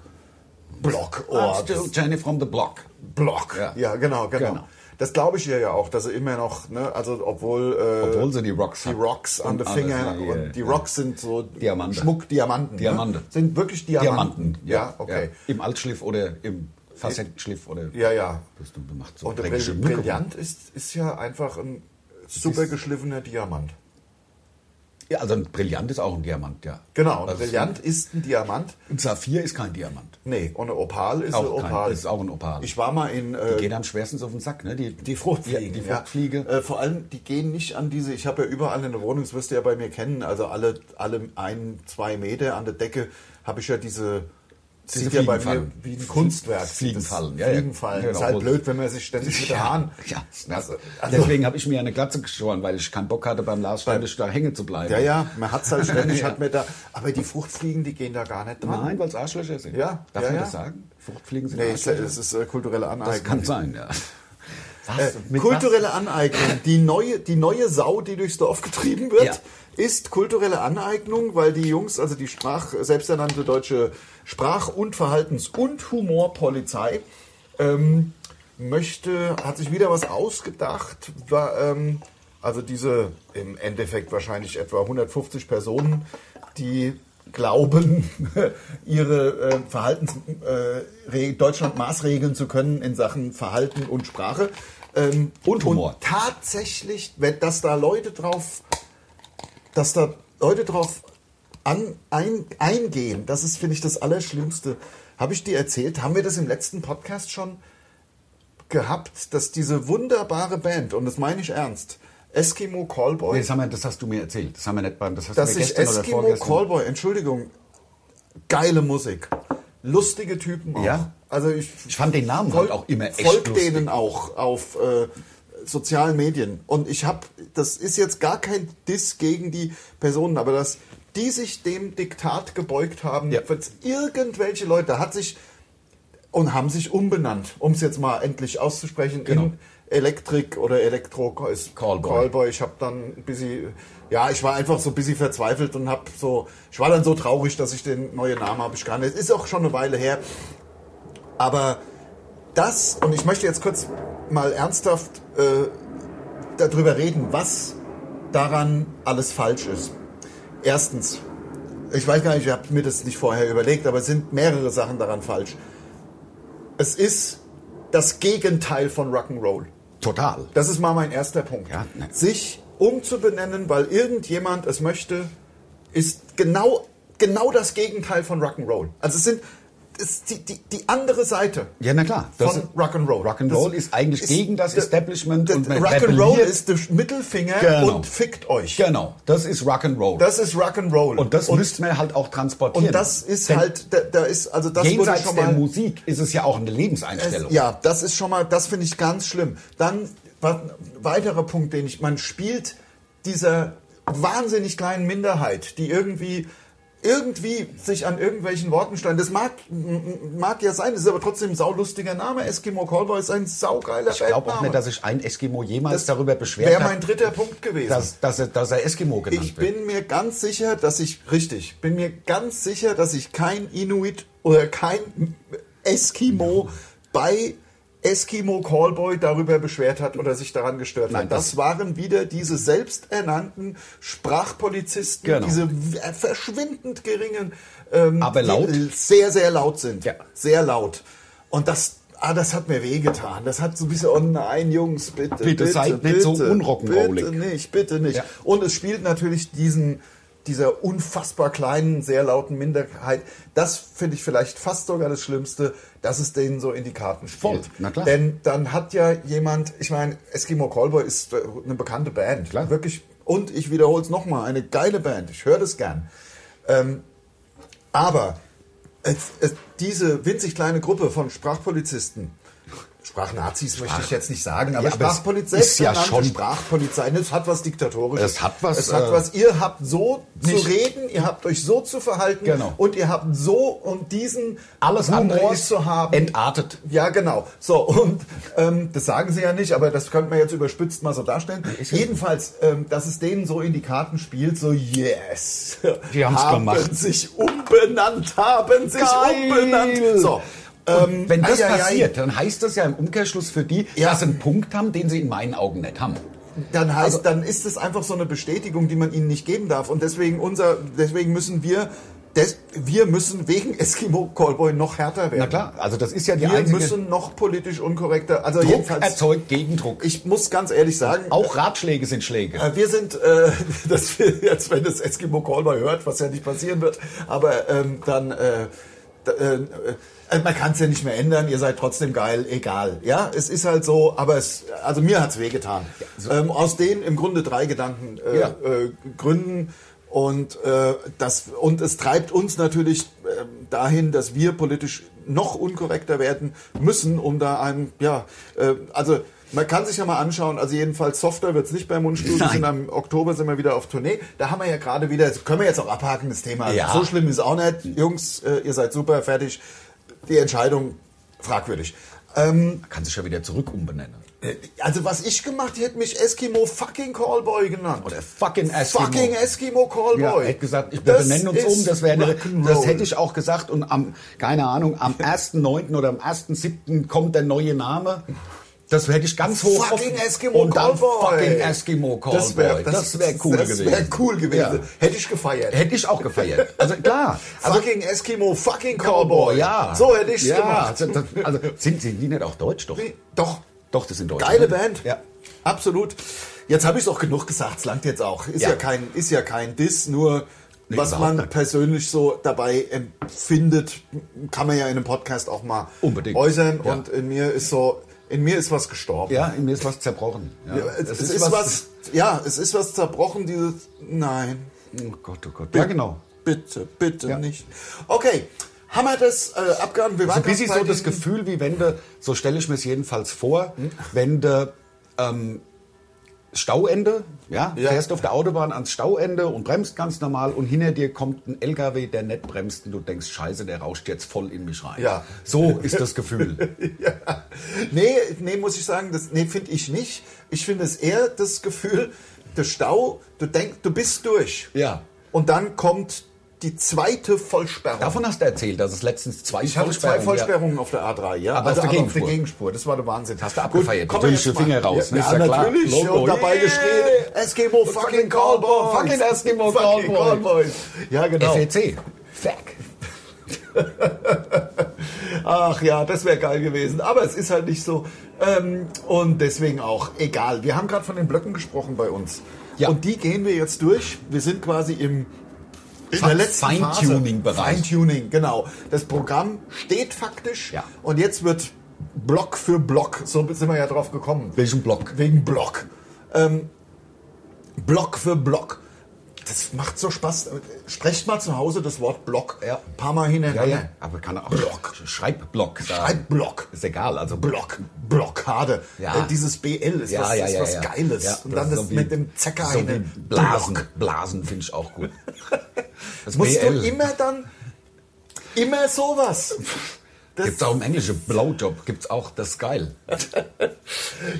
Speaker 2: Block.
Speaker 3: I'm
Speaker 2: Oh,
Speaker 3: still
Speaker 2: das
Speaker 3: Jenny from the Block.
Speaker 2: Block.
Speaker 3: Ja.
Speaker 2: Ja, genau, genau.
Speaker 3: Genau.
Speaker 2: Das glaube ich ihr ja auch, dass sie immer noch, ne, also obwohl, äh,
Speaker 3: Obwohl sie die Rocks
Speaker 2: die
Speaker 3: hat.
Speaker 2: Rocks an
Speaker 3: Und
Speaker 2: the
Speaker 3: alles,
Speaker 2: Finger
Speaker 3: ja, ja,
Speaker 2: und die
Speaker 3: ja.
Speaker 2: Rocks sind so
Speaker 3: Diamante.
Speaker 2: Schmuck, Diamanten.
Speaker 3: Diamante.
Speaker 2: Ne? Sind wirklich Diamanten.
Speaker 3: Diamanten.
Speaker 2: Ja, okay.
Speaker 3: Im Altschliff oder im Facettenschliff oder.
Speaker 2: Ja, ja.
Speaker 3: Das du macht so
Speaker 2: Und der
Speaker 3: dreckige
Speaker 2: Brill-
Speaker 3: Mücke.
Speaker 2: Brillant ist, ist ja einfach ein super geschliffener Diamant.
Speaker 3: Ja, also ein Brillant ist auch ein Diamant, ja.
Speaker 2: Genau, ein
Speaker 3: Also
Speaker 2: Brillant ist ein Diamant.
Speaker 3: Ein Saphir ist kein Diamant.
Speaker 2: Nee, und eine Opal ist eine
Speaker 3: Auch kein,
Speaker 2: Opal.
Speaker 3: ist auch ein Opal.
Speaker 2: ich war mal in
Speaker 3: die
Speaker 2: äh,
Speaker 3: gehen am schwersten auf den Sack, ne? Die,
Speaker 2: die Fruchtfliegen.
Speaker 3: Die, die Fruchtfliege.
Speaker 2: Ja. Äh, vor allem, die gehen nicht an diese, ich habe ja überall in der Wohnung, das wirst du ja bei mir kennen, also alle, alle ein, zwei Meter an der Decke habe ich ja diese. das
Speaker 3: Diese
Speaker 2: Sieht ja bei mir
Speaker 3: Fliegenfallen.
Speaker 2: wie ein Kunstwerk.
Speaker 3: Fliegenfallen,
Speaker 2: Das
Speaker 3: ja, ja.
Speaker 2: Fliegenfallen.
Speaker 3: Genau.
Speaker 2: Ist halt blöd, wenn man sich ständig mit den Haaren.
Speaker 3: Ja,
Speaker 2: Also, also,
Speaker 3: deswegen habe ich mir eine Glatze geschoren, weil ich keinen Bock hatte, beim Lars ständig da hängen zu bleiben.
Speaker 2: ja, ja, man hat es halt
Speaker 3: [laughs]
Speaker 2: ständig, hat mir da. Aber die Fruchtfliegen, die gehen da gar nicht dran.
Speaker 3: Nein, weil es Arschlöcher sind.
Speaker 2: Ja,
Speaker 3: Darf
Speaker 2: ja,
Speaker 3: man
Speaker 2: ja.
Speaker 3: das sagen? Fruchtfliegen sind
Speaker 2: Nee, es
Speaker 3: Arschlöcher?
Speaker 2: es ist äh, kulturelle Aneignung.
Speaker 3: Das kann sein, ja.
Speaker 2: Äh,
Speaker 3: Was?
Speaker 2: kulturelle Aneignung. Die neue, die neue Sau, die durchs Dorf getrieben wird,
Speaker 3: Ja.
Speaker 2: ist kulturelle Aneignung, weil die Jungs, also die Sprach, selbsternannte deutsche Sprach- und Verhaltens- und Humorpolizei, ähm, möchte, hat sich wieder was ausgedacht, war, ähm, also diese im Endeffekt wahrscheinlich etwa 150 Personen, die glauben, [laughs] ihre äh, Verhaltensdeutschland äh, Re- Deutschland maßregeln zu können in Sachen Verhalten und Sprache. Ähm,
Speaker 3: Und Humor.
Speaker 2: Und tatsächlich, wenn, dass da Leute drauf, dass da Leute drauf an, ein, eingehen, das ist, finde ich, das Allerschlimmste. Habe ich dir erzählt? Haben wir das im letzten Podcast schon gehabt, dass diese wunderbare Band, und das meine ich ernst, Eskimo Callboy,
Speaker 3: Nee, das, haben wir, das hast du mir erzählt. Das haben wir nicht beim. Das hast
Speaker 2: dass
Speaker 3: du mir
Speaker 2: ich
Speaker 3: gestern oder
Speaker 2: Eskimo
Speaker 3: vorgestern.
Speaker 2: Callboy, Entschuldigung, geile Musik, lustige Typen auch.
Speaker 3: Ja.
Speaker 2: Also ich,
Speaker 3: Ich fand den Namen halt auch immer echt
Speaker 2: folgt
Speaker 3: lustig.
Speaker 2: denen auch auf äh, sozialen Medien. Und ich habe, das ist jetzt gar kein Diss gegen die Personen, aber dass die sich dem Diktat gebeugt haben,
Speaker 3: Ja.
Speaker 2: wird's irgendwelche Leute, hat sich und haben sich umbenannt, um es jetzt mal endlich auszusprechen,
Speaker 3: Genau.
Speaker 2: in Elektrik oder Elektro ist
Speaker 3: Callboy.
Speaker 2: Callboy. Ich habe dann ein bisschen, ja, ich war einfach so ein bisschen verzweifelt und habe so, ich war dann so traurig, dass ich den neuen Namen habe ich gar nicht. Ist auch schon eine Weile her. Aber das, und ich möchte jetzt kurz mal ernsthaft äh, darüber reden, was daran alles falsch ist. Erstens, ich weiß gar nicht, ich habe mir das nicht vorher überlegt, aber es sind mehrere Sachen daran falsch. Es ist das Gegenteil von Rock'n'Roll.
Speaker 3: Total.
Speaker 2: Das ist mal mein erster Punkt.
Speaker 3: Ja, ne.
Speaker 2: Sich umzubenennen, weil irgendjemand es möchte, ist genau, genau das Gegenteil von Rock'n'Roll. Also es sind es, die, die, die andere Seite
Speaker 3: Ja, na klar. Das
Speaker 2: von
Speaker 3: ist-
Speaker 2: Rock'n'Roll.
Speaker 3: Rock'n'Roll
Speaker 2: Das
Speaker 3: ist eigentlich gegen das Establishment
Speaker 2: das-
Speaker 3: und man
Speaker 2: Rock'n'Roll
Speaker 3: rebelliert.
Speaker 2: ist der Mittelfinger
Speaker 3: Genau.
Speaker 2: und fickt euch.
Speaker 3: Genau. Das ist Rock'n'Roll.
Speaker 2: Das ist Rock'n'Roll.
Speaker 3: und das müsste man halt auch transportieren.
Speaker 2: und das ist
Speaker 3: Denn
Speaker 2: halt, da, da ist, also das wurde
Speaker 3: Jenseits
Speaker 2: schon
Speaker 3: der
Speaker 2: mal
Speaker 3: Musik ist es ja auch eine Lebenseinstellung.
Speaker 2: Es, ja, das ist schon mal, das finde ich ganz schlimm. Dann wa- weiterer Punkt, den ich, man spielt dieser wahnsinnig kleinen Minderheit, die irgendwie irgendwie sich an irgendwelchen Worten steuern. Das mag, m- mag ja sein, das ist aber trotzdem ein saulustiger Name. Eskimo Callboy ist ein saugeiler
Speaker 3: Ich glaube auch
Speaker 2: Bandname.
Speaker 3: nicht, dass sich ein Eskimo jemals
Speaker 2: Das
Speaker 3: darüber beschwert
Speaker 2: Wäre
Speaker 3: hat,
Speaker 2: mein dritter Punkt gewesen.
Speaker 3: dass, dass, er, dass er Eskimo genannt
Speaker 2: Ich
Speaker 3: wird.
Speaker 2: bin mir ganz sicher, dass ich, richtig, bin mir ganz sicher, dass ich kein Inuit oder kein Eskimo bei Eskimo Callboy darüber beschwert hat oder sich daran gestört
Speaker 3: Nein,
Speaker 2: hat. Das,
Speaker 3: das-
Speaker 2: waren wieder diese selbsternannten Sprachpolizisten,
Speaker 3: Genau.
Speaker 2: diese w- verschwindend geringen, ähm,
Speaker 3: Aber laut?
Speaker 2: die sehr, sehr laut sind.
Speaker 3: Ja.
Speaker 2: Sehr laut. Und das, ah, das hat mir wehgetan. Das hat so ein bisschen, oh nein, Jungs, bitte, bitte,
Speaker 3: Bitte seid nicht so unrock'n'rollig.
Speaker 2: Bitte nicht, bitte nicht.
Speaker 3: Ja.
Speaker 2: Und es spielt natürlich diesen, dieser unfassbar kleinen, sehr lauten Minderheit, das finde ich vielleicht fast sogar das Schlimmste, dass es denen so in die Karten spielt.
Speaker 3: Voll, na klar.
Speaker 2: Denn dann hat ja jemand, ich meine, Eskimo Callboy ist äh, eine bekannte Band,
Speaker 3: Klar.
Speaker 2: wirklich, und ich wiederhole es nochmal, eine geile Band, ich höre das gern. Ähm, aber es, es, diese winzig kleine Gruppe von Sprachpolizisten, Sprachnazis möchte ich jetzt nicht sagen, aber
Speaker 3: Ja, aber es
Speaker 2: Sprachpolizei
Speaker 3: ist ja
Speaker 2: selbsternannte
Speaker 3: schon-
Speaker 2: Sprachpolizei, das hat was Diktatorisches.
Speaker 3: Es hat was,
Speaker 2: Es hat
Speaker 3: äh,
Speaker 2: was. Ihr habt so zu
Speaker 3: nicht-
Speaker 2: reden, ihr habt euch so zu verhalten
Speaker 3: Genau.
Speaker 2: und ihr habt so und diesen
Speaker 3: Alles andere
Speaker 2: Humor
Speaker 3: ist
Speaker 2: zu haben.
Speaker 3: entartet.
Speaker 2: Ja, genau. So, und ähm, das sagen sie ja nicht, aber das könnte man jetzt überspitzt mal so darstellen.
Speaker 3: ist ja-
Speaker 2: Jedenfalls, ähm, dass es denen so in die Karten spielt, so yes.
Speaker 3: Die haben's
Speaker 2: haben
Speaker 3: gemacht.
Speaker 2: sich umbenannt, haben sich
Speaker 3: Geil.
Speaker 2: umbenannt. So.
Speaker 3: Und wenn das
Speaker 2: ei, ei, ei.
Speaker 3: passiert, dann heißt das ja im Umkehrschluss für die,
Speaker 2: Ja.
Speaker 3: dass sie einen Punkt haben, den sie in meinen Augen nicht haben.
Speaker 2: dann heißt, dann ist es einfach so eine Bestätigung, die man ihnen nicht geben darf. Und deswegen unser, deswegen müssen wir, des, wir müssen wegen [laughs] Eskimo Callboy noch härter werden.
Speaker 3: Na klar, also das ist ja die
Speaker 2: Wir
Speaker 3: einzige
Speaker 2: müssen noch politisch unkorrekter, also
Speaker 3: Druck
Speaker 2: jedenfalls,
Speaker 3: erzeugt Gegendruck.
Speaker 2: ich muss ganz ehrlich sagen,
Speaker 3: Auch Ratschläge sind Schläge.
Speaker 2: äh, wir sind, äh, [laughs] dass wir jetzt, wenn das Eskimo Callboy hört, was ja nicht passieren wird, aber ähm, dann, äh, da, äh, äh, man kann es ja nicht mehr ändern, ihr seid trotzdem geil, egal. Ja, es ist halt so, aber es, also mir hat's wehgetan. ähm, aus den im Grunde drei Gedanken äh,
Speaker 3: Ja.
Speaker 2: äh, Gründen. Und, äh, das, und es treibt uns natürlich äh, dahin, dass wir politisch noch unkorrekter werden müssen, um da ein, ja, äh, also man kann sich ja mal anschauen, also jedenfalls softer wird's nicht beim Mundstuhl. Wir
Speaker 3: Nein.
Speaker 2: sind am Oktober sind wir wieder auf Tournee. Da haben wir ja gerade wieder, das können wir jetzt auch abhaken, das Thema.
Speaker 3: Ja.
Speaker 2: So schlimm ist auch nicht. Jungs, äh, ihr seid super, fertig. Die Entscheidung fragwürdig. Ähm,
Speaker 3: Man kann sich ja wieder zurück umbenennen.
Speaker 2: äh, also was ich gemacht hätte, hätte mich Eskimo fucking Callboy genannt.
Speaker 3: Oder fucking Eskimo.
Speaker 2: Fucking Eskimo
Speaker 3: Ja,
Speaker 2: Callboy.
Speaker 3: hätte gesagt, ich, wir benennen uns
Speaker 2: ist
Speaker 3: um, das wäre eine,
Speaker 2: Rock'n'Roll.
Speaker 3: das hätte ich auch gesagt und am, keine Ahnung,
Speaker 2: [laughs]
Speaker 3: am 1.9. oder am 1.7. kommt der neue Name. Das hätte ich ganz hoch
Speaker 2: Fucking
Speaker 3: offen.
Speaker 2: Eskimo
Speaker 3: und dann
Speaker 2: Callboy.
Speaker 3: fucking Eskimo Callboy.
Speaker 2: Das wäre
Speaker 3: das wär cool
Speaker 2: das
Speaker 3: gewesen.
Speaker 2: wär cool gewesen.
Speaker 3: Ja.
Speaker 2: Hätte ich gefeiert.
Speaker 3: Hätte ich auch gefeiert. Also
Speaker 2: [laughs]
Speaker 3: klar. Also,
Speaker 2: fucking Eskimo Fucking Callboy.
Speaker 3: ja.
Speaker 2: So hätte ich's
Speaker 3: ja.
Speaker 2: gemacht.
Speaker 3: Also, das, also sind, sind die nicht auch deutsch doch?
Speaker 2: Doch.
Speaker 3: Doch, das sind Deutsche.
Speaker 2: Geile
Speaker 3: ne?
Speaker 2: Band.
Speaker 3: Ja.
Speaker 2: Mhm. Absolut. Jetzt habe ich es auch genug gesagt, es langt jetzt auch. Ist ja,
Speaker 3: Ja.
Speaker 2: kein, ist ja kein Diss, nur
Speaker 3: Nee,
Speaker 2: was
Speaker 3: überhaupt
Speaker 2: man
Speaker 3: nicht.
Speaker 2: persönlich so dabei empfindet, kann man ja in einem Podcast auch mal
Speaker 3: Unbedingt.
Speaker 2: äußern.
Speaker 3: Ja.
Speaker 2: Und in mir ist so, in mir ist was gestorben.
Speaker 3: Ja, in mir ist was zerbrochen. Ja.
Speaker 2: Es, es ist, was, ja, es ist was zerbrochen, dieses, nein,
Speaker 3: Oh Gott, oh Gott. Ja, genau.
Speaker 2: bitte, bitte
Speaker 3: Ja.
Speaker 2: nicht. Okay, haben wir das äh, abgehandelt? Wir
Speaker 3: So
Speaker 2: waren
Speaker 3: ein bisschen
Speaker 2: grad
Speaker 3: so
Speaker 2: bei
Speaker 3: das
Speaker 2: den- Hm?
Speaker 3: Gefühl, wie wenn du, so stelle ich mir es jedenfalls vor, wenn du ähm, Stauende, ja,
Speaker 2: Ja.
Speaker 3: fährst auf der Autobahn ans Stauende und bremst ganz normal und hinter dir kommt ein LKW, der nicht bremst und du denkst, scheiße, der rauscht jetzt voll in mich rein.
Speaker 2: Ja.
Speaker 3: So ist das
Speaker 2: [laughs]
Speaker 3: Gefühl.
Speaker 2: Ja. Nee, nee, muss ich sagen, das nee, finde ich nicht. Ich finde es eher das Gefühl, der Stau, du denkst, du bist durch.
Speaker 3: Ja.
Speaker 2: Und dann kommt die zweite Vollsperrung.
Speaker 3: Davon hast du erzählt, dass es letztens zwei
Speaker 2: ich hatte zwei
Speaker 3: ja.
Speaker 2: Vollsperrungen auf der A3, ja.
Speaker 3: Aber auf der
Speaker 2: auf der
Speaker 3: Gegenspur.
Speaker 2: Gegenspur. Das war der Wahnsinn.
Speaker 3: Hast du abgefeiert.
Speaker 2: kommen wir
Speaker 3: Natürlich
Speaker 2: jetzt
Speaker 3: die Finger
Speaker 2: mal-
Speaker 3: raus, ne?
Speaker 2: Ja,
Speaker 3: Ist ja klar.
Speaker 2: natürlich.
Speaker 3: Logo.
Speaker 2: Und dabei
Speaker 3: Yeah.
Speaker 2: geschrien, Eskimo um fucking Callboy.
Speaker 3: Fucking Eskimo
Speaker 2: Fucking
Speaker 3: Callboy.
Speaker 2: Callboy. Ja, genau.
Speaker 3: FEC. E Fuck.
Speaker 2: Ach ja, das wäre geil gewesen. Aber es ist halt nicht so. Ähm, und deswegen auch egal. Wir haben gerade von den Blöcken gesprochen bei uns.
Speaker 3: Ja.
Speaker 2: Und die gehen wir jetzt durch. Wir sind quasi im in der letzten
Speaker 3: Feintuning-Bereich.
Speaker 2: Phase. Feintuning, genau. Das Programm steht faktisch.
Speaker 3: Ja.
Speaker 2: Und jetzt wird Block für Block. So sind wir ja drauf gekommen.
Speaker 3: Welchen Block?
Speaker 2: Wegen Block. Ähm, Block für Block. Das macht so Spaß. Sprecht mal zu Hause das Wort Block.
Speaker 3: Ja.
Speaker 2: Paar mal hintereinander.
Speaker 3: Ja, ja. Aber kann auch Block. Schreibblock. sagen.
Speaker 2: Schreibblock.
Speaker 3: Ist egal. Also
Speaker 2: Block, Blockade.
Speaker 3: Ja.
Speaker 2: Äh, dieses BL ist
Speaker 3: Ja,
Speaker 2: was,
Speaker 3: ja,
Speaker 2: ist
Speaker 3: ja,
Speaker 2: was
Speaker 3: ja.
Speaker 2: Geiles.
Speaker 3: Ja,
Speaker 2: und dann
Speaker 3: ist
Speaker 2: das
Speaker 3: so wie-
Speaker 2: mit dem Zecker
Speaker 3: so
Speaker 2: hin.
Speaker 3: wie Blasen. Blasen finde ich auch
Speaker 2: [laughs]
Speaker 3: gut. Das
Speaker 2: Musst
Speaker 3: BL.
Speaker 2: du immer dann,
Speaker 3: [laughs]
Speaker 2: immer sowas. Das,
Speaker 3: Gibt's auch im Englischen Blowjob. Gibt's auch. Das ist geil.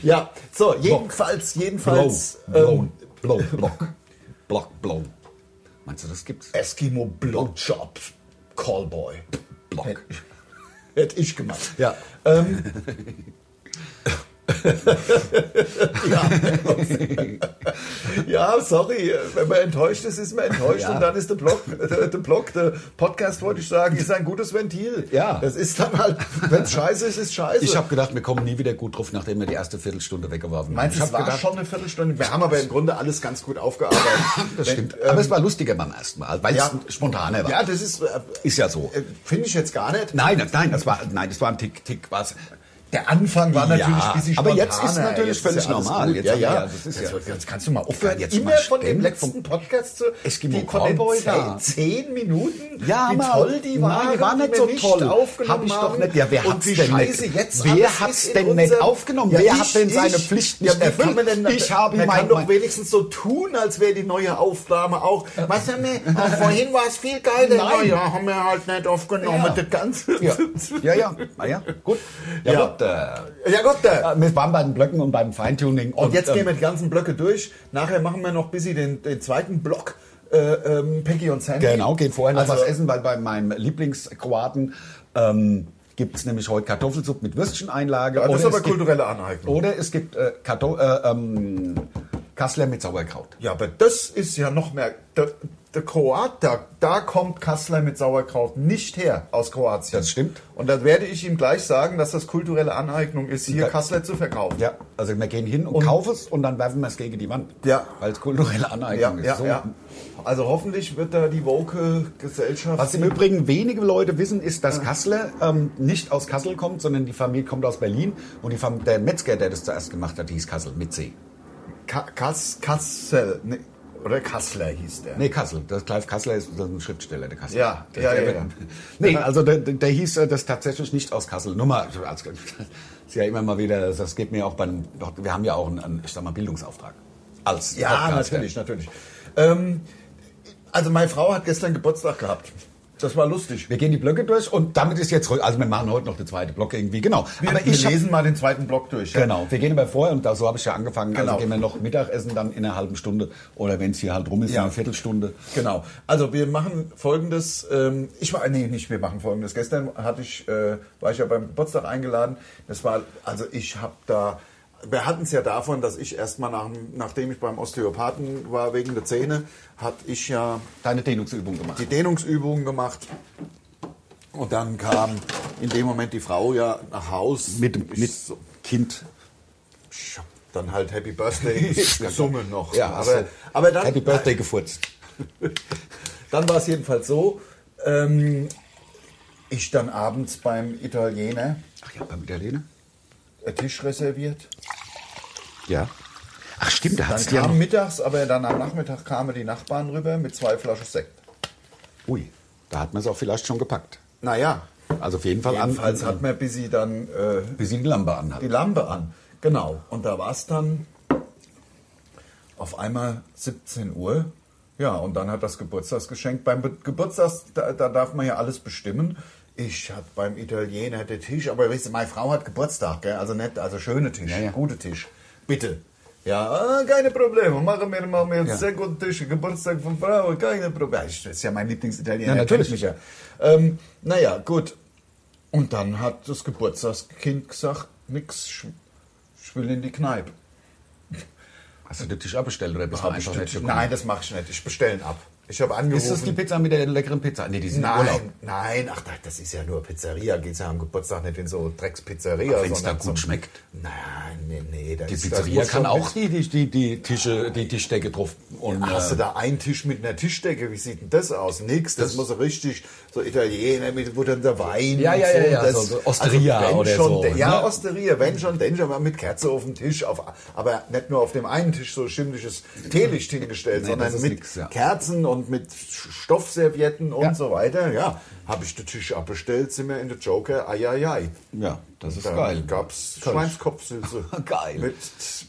Speaker 2: ja, so, jedenfalls,
Speaker 3: Blow.
Speaker 2: jedenfalls.
Speaker 3: Blow.
Speaker 2: ähm,
Speaker 3: Blow. Block. Block. Blow. Meinst du, das gibt's?
Speaker 2: Eskimo Blowjob Callboy. [laughs] Äh,
Speaker 3: Block.
Speaker 2: Hätte ich gemacht.
Speaker 3: Ja.
Speaker 2: Ähm, Ja. ja, sorry, wenn man enttäuscht ist, ist man enttäuscht
Speaker 3: Ja.
Speaker 2: und dann ist der Blog, [laughs] der, der Blog, der Podcast, wollte ich sagen, ist ein gutes Ventil.
Speaker 3: Ja.
Speaker 2: Das ist dann halt, wenn es scheiße ist, ist scheiße.
Speaker 3: Ich habe gedacht, wir kommen nie wieder gut drauf, nachdem wir die erste Viertelstunde weggeworfen haben.
Speaker 2: Meinst
Speaker 3: Ich
Speaker 2: du,
Speaker 3: hab
Speaker 2: es war
Speaker 3: gedacht,
Speaker 2: schon eine Viertelstunde? Wir haben aber im Grunde alles ganz gut aufgearbeitet.
Speaker 3: Das
Speaker 2: Wenn-
Speaker 3: stimmt.
Speaker 2: ähm,
Speaker 3: Aber es war lustiger beim ersten Mal, weil
Speaker 2: ja.
Speaker 3: es spontaner war.
Speaker 2: ja, das ist, äh,
Speaker 3: Ist ja so.
Speaker 2: äh, finde ich jetzt gar nicht.
Speaker 3: Nein, das- nein, das war, nein, das war ein Tick, Tick, was.
Speaker 2: Der Anfang war natürlich
Speaker 3: Ja,
Speaker 2: ein bisschen
Speaker 3: aber
Speaker 2: spontaner.
Speaker 3: jetzt ist es natürlich
Speaker 2: Jetzt
Speaker 3: völlig
Speaker 2: ja alles
Speaker 3: normal.
Speaker 2: gut.
Speaker 3: Jetzt
Speaker 2: ja,
Speaker 3: haben wir
Speaker 2: ja.
Speaker 3: ja- das ist
Speaker 2: jetzt,
Speaker 3: ja-
Speaker 2: jetzt kannst du mal
Speaker 3: kann
Speaker 2: aufhören.
Speaker 3: jetzt
Speaker 2: Immer
Speaker 3: mal
Speaker 2: von dem
Speaker 3: ständig
Speaker 2: letzten Podcast zu
Speaker 3: Es ging
Speaker 2: die,
Speaker 3: um
Speaker 2: von den
Speaker 3: Cowboys,
Speaker 2: zehn,
Speaker 3: ja.
Speaker 2: zehn Minuten,
Speaker 3: Ja,
Speaker 2: wie
Speaker 3: aber-
Speaker 2: toll die
Speaker 3: Nein,
Speaker 2: waren,
Speaker 3: war
Speaker 2: die
Speaker 3: nicht
Speaker 2: wir
Speaker 3: so
Speaker 2: nicht
Speaker 3: toll.
Speaker 2: aufgenommen
Speaker 3: Hab ich
Speaker 2: haben.
Speaker 3: doch nicht. Ja, wer
Speaker 2: Und
Speaker 3: hat's
Speaker 2: wie
Speaker 3: denn nicht?
Speaker 2: scheiße jetzt
Speaker 3: Wer
Speaker 2: alles
Speaker 3: hat's
Speaker 2: ist in
Speaker 3: denn nicht
Speaker 2: unserem-
Speaker 3: aufgenommen?
Speaker 2: Ja,
Speaker 3: Wer
Speaker 2: ich,
Speaker 3: hat denn seine
Speaker 2: ich.
Speaker 3: Pflicht
Speaker 2: Ja,
Speaker 3: nicht
Speaker 2: wie kann
Speaker 3: erfüllt?
Speaker 2: man denn-
Speaker 3: Ich habe
Speaker 2: Man
Speaker 3: mein-
Speaker 2: kann doch
Speaker 3: mein-
Speaker 2: wenigstens so tun, als wäre die neue Aufnahme auch. Was haben wir? Ah, Vorhin war es viel geiler.
Speaker 3: Nein.
Speaker 2: Na Ja, haben wir halt nicht aufgenommen.
Speaker 3: Ja.
Speaker 2: Das Ganze.
Speaker 3: Ja, ja, ja, Ah, ja. gut. Ja,
Speaker 2: Ja.
Speaker 3: gut. Äh,
Speaker 2: ja Gott, da.
Speaker 3: äh, wir waren bei den Blöcken und beim Feintuning.
Speaker 2: Und jetzt gehen
Speaker 3: ähm,
Speaker 2: wir die ganzen Blöcke durch. Nachher machen wir noch ein bisschen den, den zweiten Block. Äh, ähm, Peggy und Sandy.
Speaker 3: Genau, geht vorher noch
Speaker 2: Also-
Speaker 3: was essen, weil bei meinem Lieblingskroaten ähm, gibt es nämlich heute Kartoffelsuppe mit Würstcheneinlage.
Speaker 2: Ja, das ist
Speaker 3: Oder
Speaker 2: aber
Speaker 3: es gibt-
Speaker 2: kulturelle Aneignung.
Speaker 3: Oder es gibt äh, Karto äh, ähm, Kassler mit Sauerkraut.
Speaker 2: Ja, aber das ist ja noch mehr. Der, der Kroat, da, da kommt Kassler mit Sauerkraut nicht her aus Kroatien.
Speaker 3: Das stimmt.
Speaker 2: Und da werde ich ihm gleich sagen, dass das kulturelle Aneignung ist, hier
Speaker 3: Ja.
Speaker 2: Kassler zu verkaufen.
Speaker 3: Ja, also wir gehen hin und, kaufen es und dann werfen wir es gegen die Wand.
Speaker 2: Ja.
Speaker 3: Weil es kulturelle
Speaker 2: ja,
Speaker 3: Aneignung
Speaker 2: ja,
Speaker 3: ist. So.
Speaker 2: ja. Also hoffentlich wird da die woke Gesellschaft.
Speaker 3: Was im Übrigen wenige Leute wissen, ist, dass Kassler ähm, nicht aus Kassel kommt, sondern die Familie kommt aus Berlin. Und die Fam der Metzger, der das zuerst gemacht hat, hieß Kassel mit C.
Speaker 2: Ka Kass Kassel. Nee, oder Kassler hieß der.
Speaker 3: Nee, Kassel. Das Clive Kassler ist das ist ein Schriftsteller, der Kassel.
Speaker 2: Ja,
Speaker 3: der,
Speaker 2: ja,
Speaker 3: der,
Speaker 2: ja, ja.
Speaker 3: Nee, also der, der, der hieß äh, das tatsächlich nicht aus Kassel. Nur mal, also als, [laughs] ist ja immer mal wieder, das geht mir auch beim, wir haben ja auch einen, einen ich sag mal, Bildungsauftrag. Als
Speaker 2: Ja,
Speaker 3: Podcaster.
Speaker 2: natürlich, natürlich. Ähm, also meine Frau hat gestern Geburtstag gehabt. Das war lustig.
Speaker 3: Wir gehen die Blöcke durch und damit ist jetzt, also wir machen heute noch den zweiten Block irgendwie, genau.
Speaker 2: Wir,
Speaker 3: Aber
Speaker 2: wir
Speaker 3: ich hab-
Speaker 2: lesen mal den zweiten Block durch. ja.
Speaker 3: Genau, wir gehen aber vorher und da, so habe ich ja angefangen.
Speaker 2: Genau.
Speaker 3: Also gehen wir noch Mittagessen dann in einer halben Stunde oder wenn es hier halt rum ist,
Speaker 2: Ja.
Speaker 3: in einer Viertelstunde.
Speaker 2: Genau. Also wir machen folgendes. Ähm, ich war nee nicht. Wir machen folgendes. Gestern hatte ich äh, war ich ja beim Geburtstag eingeladen. Das war also ich habe da. Wir hatten es ja davon, dass ich erstmal nach, dem- nachdem ich beim Osteopathen war wegen der Zähne, hatte ich ja
Speaker 3: Deine Dehnungsübung gemacht.
Speaker 2: die Dehnungsübungen gemacht. Und dann kam in dem Moment die Frau ja nach Haus.
Speaker 3: Mit dem-
Speaker 2: Ich
Speaker 3: mit-
Speaker 2: so,
Speaker 3: Kind.
Speaker 2: ich hab dann halt
Speaker 3: [laughs]
Speaker 2: Happy Birthday gesungen noch.
Speaker 3: Ja,
Speaker 2: aber,
Speaker 3: also,
Speaker 2: aber dann,
Speaker 3: Happy Birthday gefurzt.
Speaker 2: dann war es jedenfalls so, ähm, ich dann abends beim Italiener
Speaker 3: Ach ja, beim Italiener?
Speaker 2: äh, Tisch reserviert.
Speaker 3: Ja. Ach stimmt, da
Speaker 2: Dann
Speaker 3: hat's ja
Speaker 2: kam
Speaker 3: noch.
Speaker 2: mittags, aber dann am Nachmittag kamen die Nachbarn rüber mit zwei Flaschen Sekt.
Speaker 3: Ui, da hat man es auch vielleicht schon gepackt.
Speaker 2: Naja,
Speaker 3: Also auf jeden Fall an.
Speaker 2: jedenfalls hat man bis sie dann äh,
Speaker 3: bis sie die Lampe anhat.
Speaker 2: die Lampe an. Genau. Und da war es dann auf einmal 17 Uhr. Ja, und dann hat das Geburtstagsgeschenk. Beim Be Geburtstag, da, da darf man ja alles bestimmen. Ich hatte beim Italiener den Tisch, aber weißt du, meine Frau hat Geburtstag, gell? also nett, also schöne Tisch,
Speaker 3: Ja, ja.
Speaker 2: gute Tisch. Bitte. Ja, ah, keine Probleme. Machen wir mal mir einen
Speaker 3: Ja.
Speaker 2: sehr guten Tisch. Geburtstag von Frau, keine Probleme. Das ist ja mein Lieblingsitaliener.
Speaker 3: Ja,
Speaker 2: der
Speaker 3: natürlich.
Speaker 2: kennt Mich ja. Ähm, naja, gut. Und dann hat das Geburtstagskind gesagt, nix, ich- ich will in die Kneipe.
Speaker 3: Hast du den Tisch abbestellt oder bist du
Speaker 2: Hab
Speaker 3: einfach
Speaker 2: ich
Speaker 3: nicht
Speaker 2: nicht-
Speaker 3: gekommen?
Speaker 2: Nein, das mache ich nicht. Ich bestelle ihn ab. Ich habe angerufen.
Speaker 3: Ist das die Pizza mit der leckeren Pizza? Nee, die sind im Urlaub.
Speaker 2: Nein, nein, ach, das ist ja nur Pizzeria. Geht ja am Geburtstag nicht in so Dreckspizzeria.
Speaker 3: Ach, wenn's
Speaker 2: sondern
Speaker 3: da gut
Speaker 2: zum-
Speaker 3: schmeckt.
Speaker 2: Nein, nee, nee. Das
Speaker 3: Die
Speaker 2: ist-
Speaker 3: Pizzeria
Speaker 2: muss
Speaker 3: kann
Speaker 2: schon
Speaker 3: auch die, die, die, die Tische, die Tischdecke drauf. Und,
Speaker 2: Ach, Hast du
Speaker 3: äh,
Speaker 2: da einen Tisch mit einer Tischdecke? Wie sieht denn das aus? Nix, das,
Speaker 3: Das-
Speaker 2: muss richtig so Italiener mit wo dann der Wein.
Speaker 3: Ja,
Speaker 2: und
Speaker 3: ja,
Speaker 2: so,
Speaker 3: ja, ja,
Speaker 2: das, also
Speaker 3: so- so Osteria
Speaker 2: wenn
Speaker 3: oder
Speaker 2: schon,
Speaker 3: so,
Speaker 2: de- Ja,
Speaker 3: ne?
Speaker 2: Osteria, wenn schon, denn schon mal mit Kerze auf dem Tisch, auf, aber nicht nur auf dem einen Tisch so schimmliches Teelicht hingestellt,
Speaker 3: Nee, das
Speaker 2: sondern
Speaker 3: ist
Speaker 2: mit
Speaker 3: nix, ja.
Speaker 2: Kerzen und mit Sch- Stoffservietten und
Speaker 3: Ja.
Speaker 2: so weiter. Ja, habe ich den Tisch abbestellt, sind wir in der Joker, ai, ai, ai.
Speaker 3: ja, das ist
Speaker 2: Dann
Speaker 3: geil.
Speaker 2: gab's
Speaker 3: Kölsch.
Speaker 2: Schweinskopfsülze.
Speaker 3: [laughs] Geil.
Speaker 2: Mit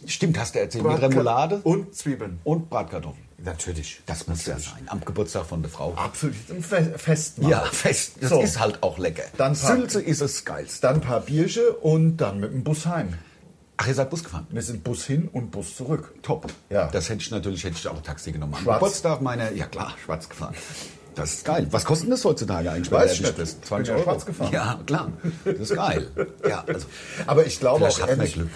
Speaker 3: Stimmt, hast du erzählt. Mit Remoulade
Speaker 2: Und Zwiebeln.
Speaker 3: und Bratkartoffeln.
Speaker 2: Natürlich.
Speaker 3: Das muss ja sein. Am Geburtstag von der Frau.
Speaker 2: Absolut ein Fe Festmahl.
Speaker 3: Ja, fest. Das
Speaker 2: So.
Speaker 3: ist halt auch lecker.
Speaker 2: Dann Park-
Speaker 3: Sülze ist das geilste.
Speaker 2: Dann ein paar Bierchen und dann mit dem Bus heim.
Speaker 3: Ach, ihr seid Bus gefahren?
Speaker 2: Wir sind Bus hin und Bus zurück.
Speaker 3: Top.
Speaker 2: Ja.
Speaker 3: Das hätte ich natürlich hätte ich auch Taxi genommen. Am
Speaker 2: Schwarz.
Speaker 3: Geburtstag meine, ja klar, schwarz gefahren. Das ist geil. Was kostet das heutzutage eigentlich?
Speaker 2: Weiß
Speaker 3: wenn
Speaker 2: ich
Speaker 3: du
Speaker 2: nicht.
Speaker 3: erwischt bist?
Speaker 2: Ich bin ja schwarz gefahren.
Speaker 3: Ja, klar. Das ist geil. Ja, also.
Speaker 2: [laughs] Aber ich glaube
Speaker 3: Vielleicht
Speaker 2: auch
Speaker 3: hat man
Speaker 2: ehrlich,
Speaker 3: Glück.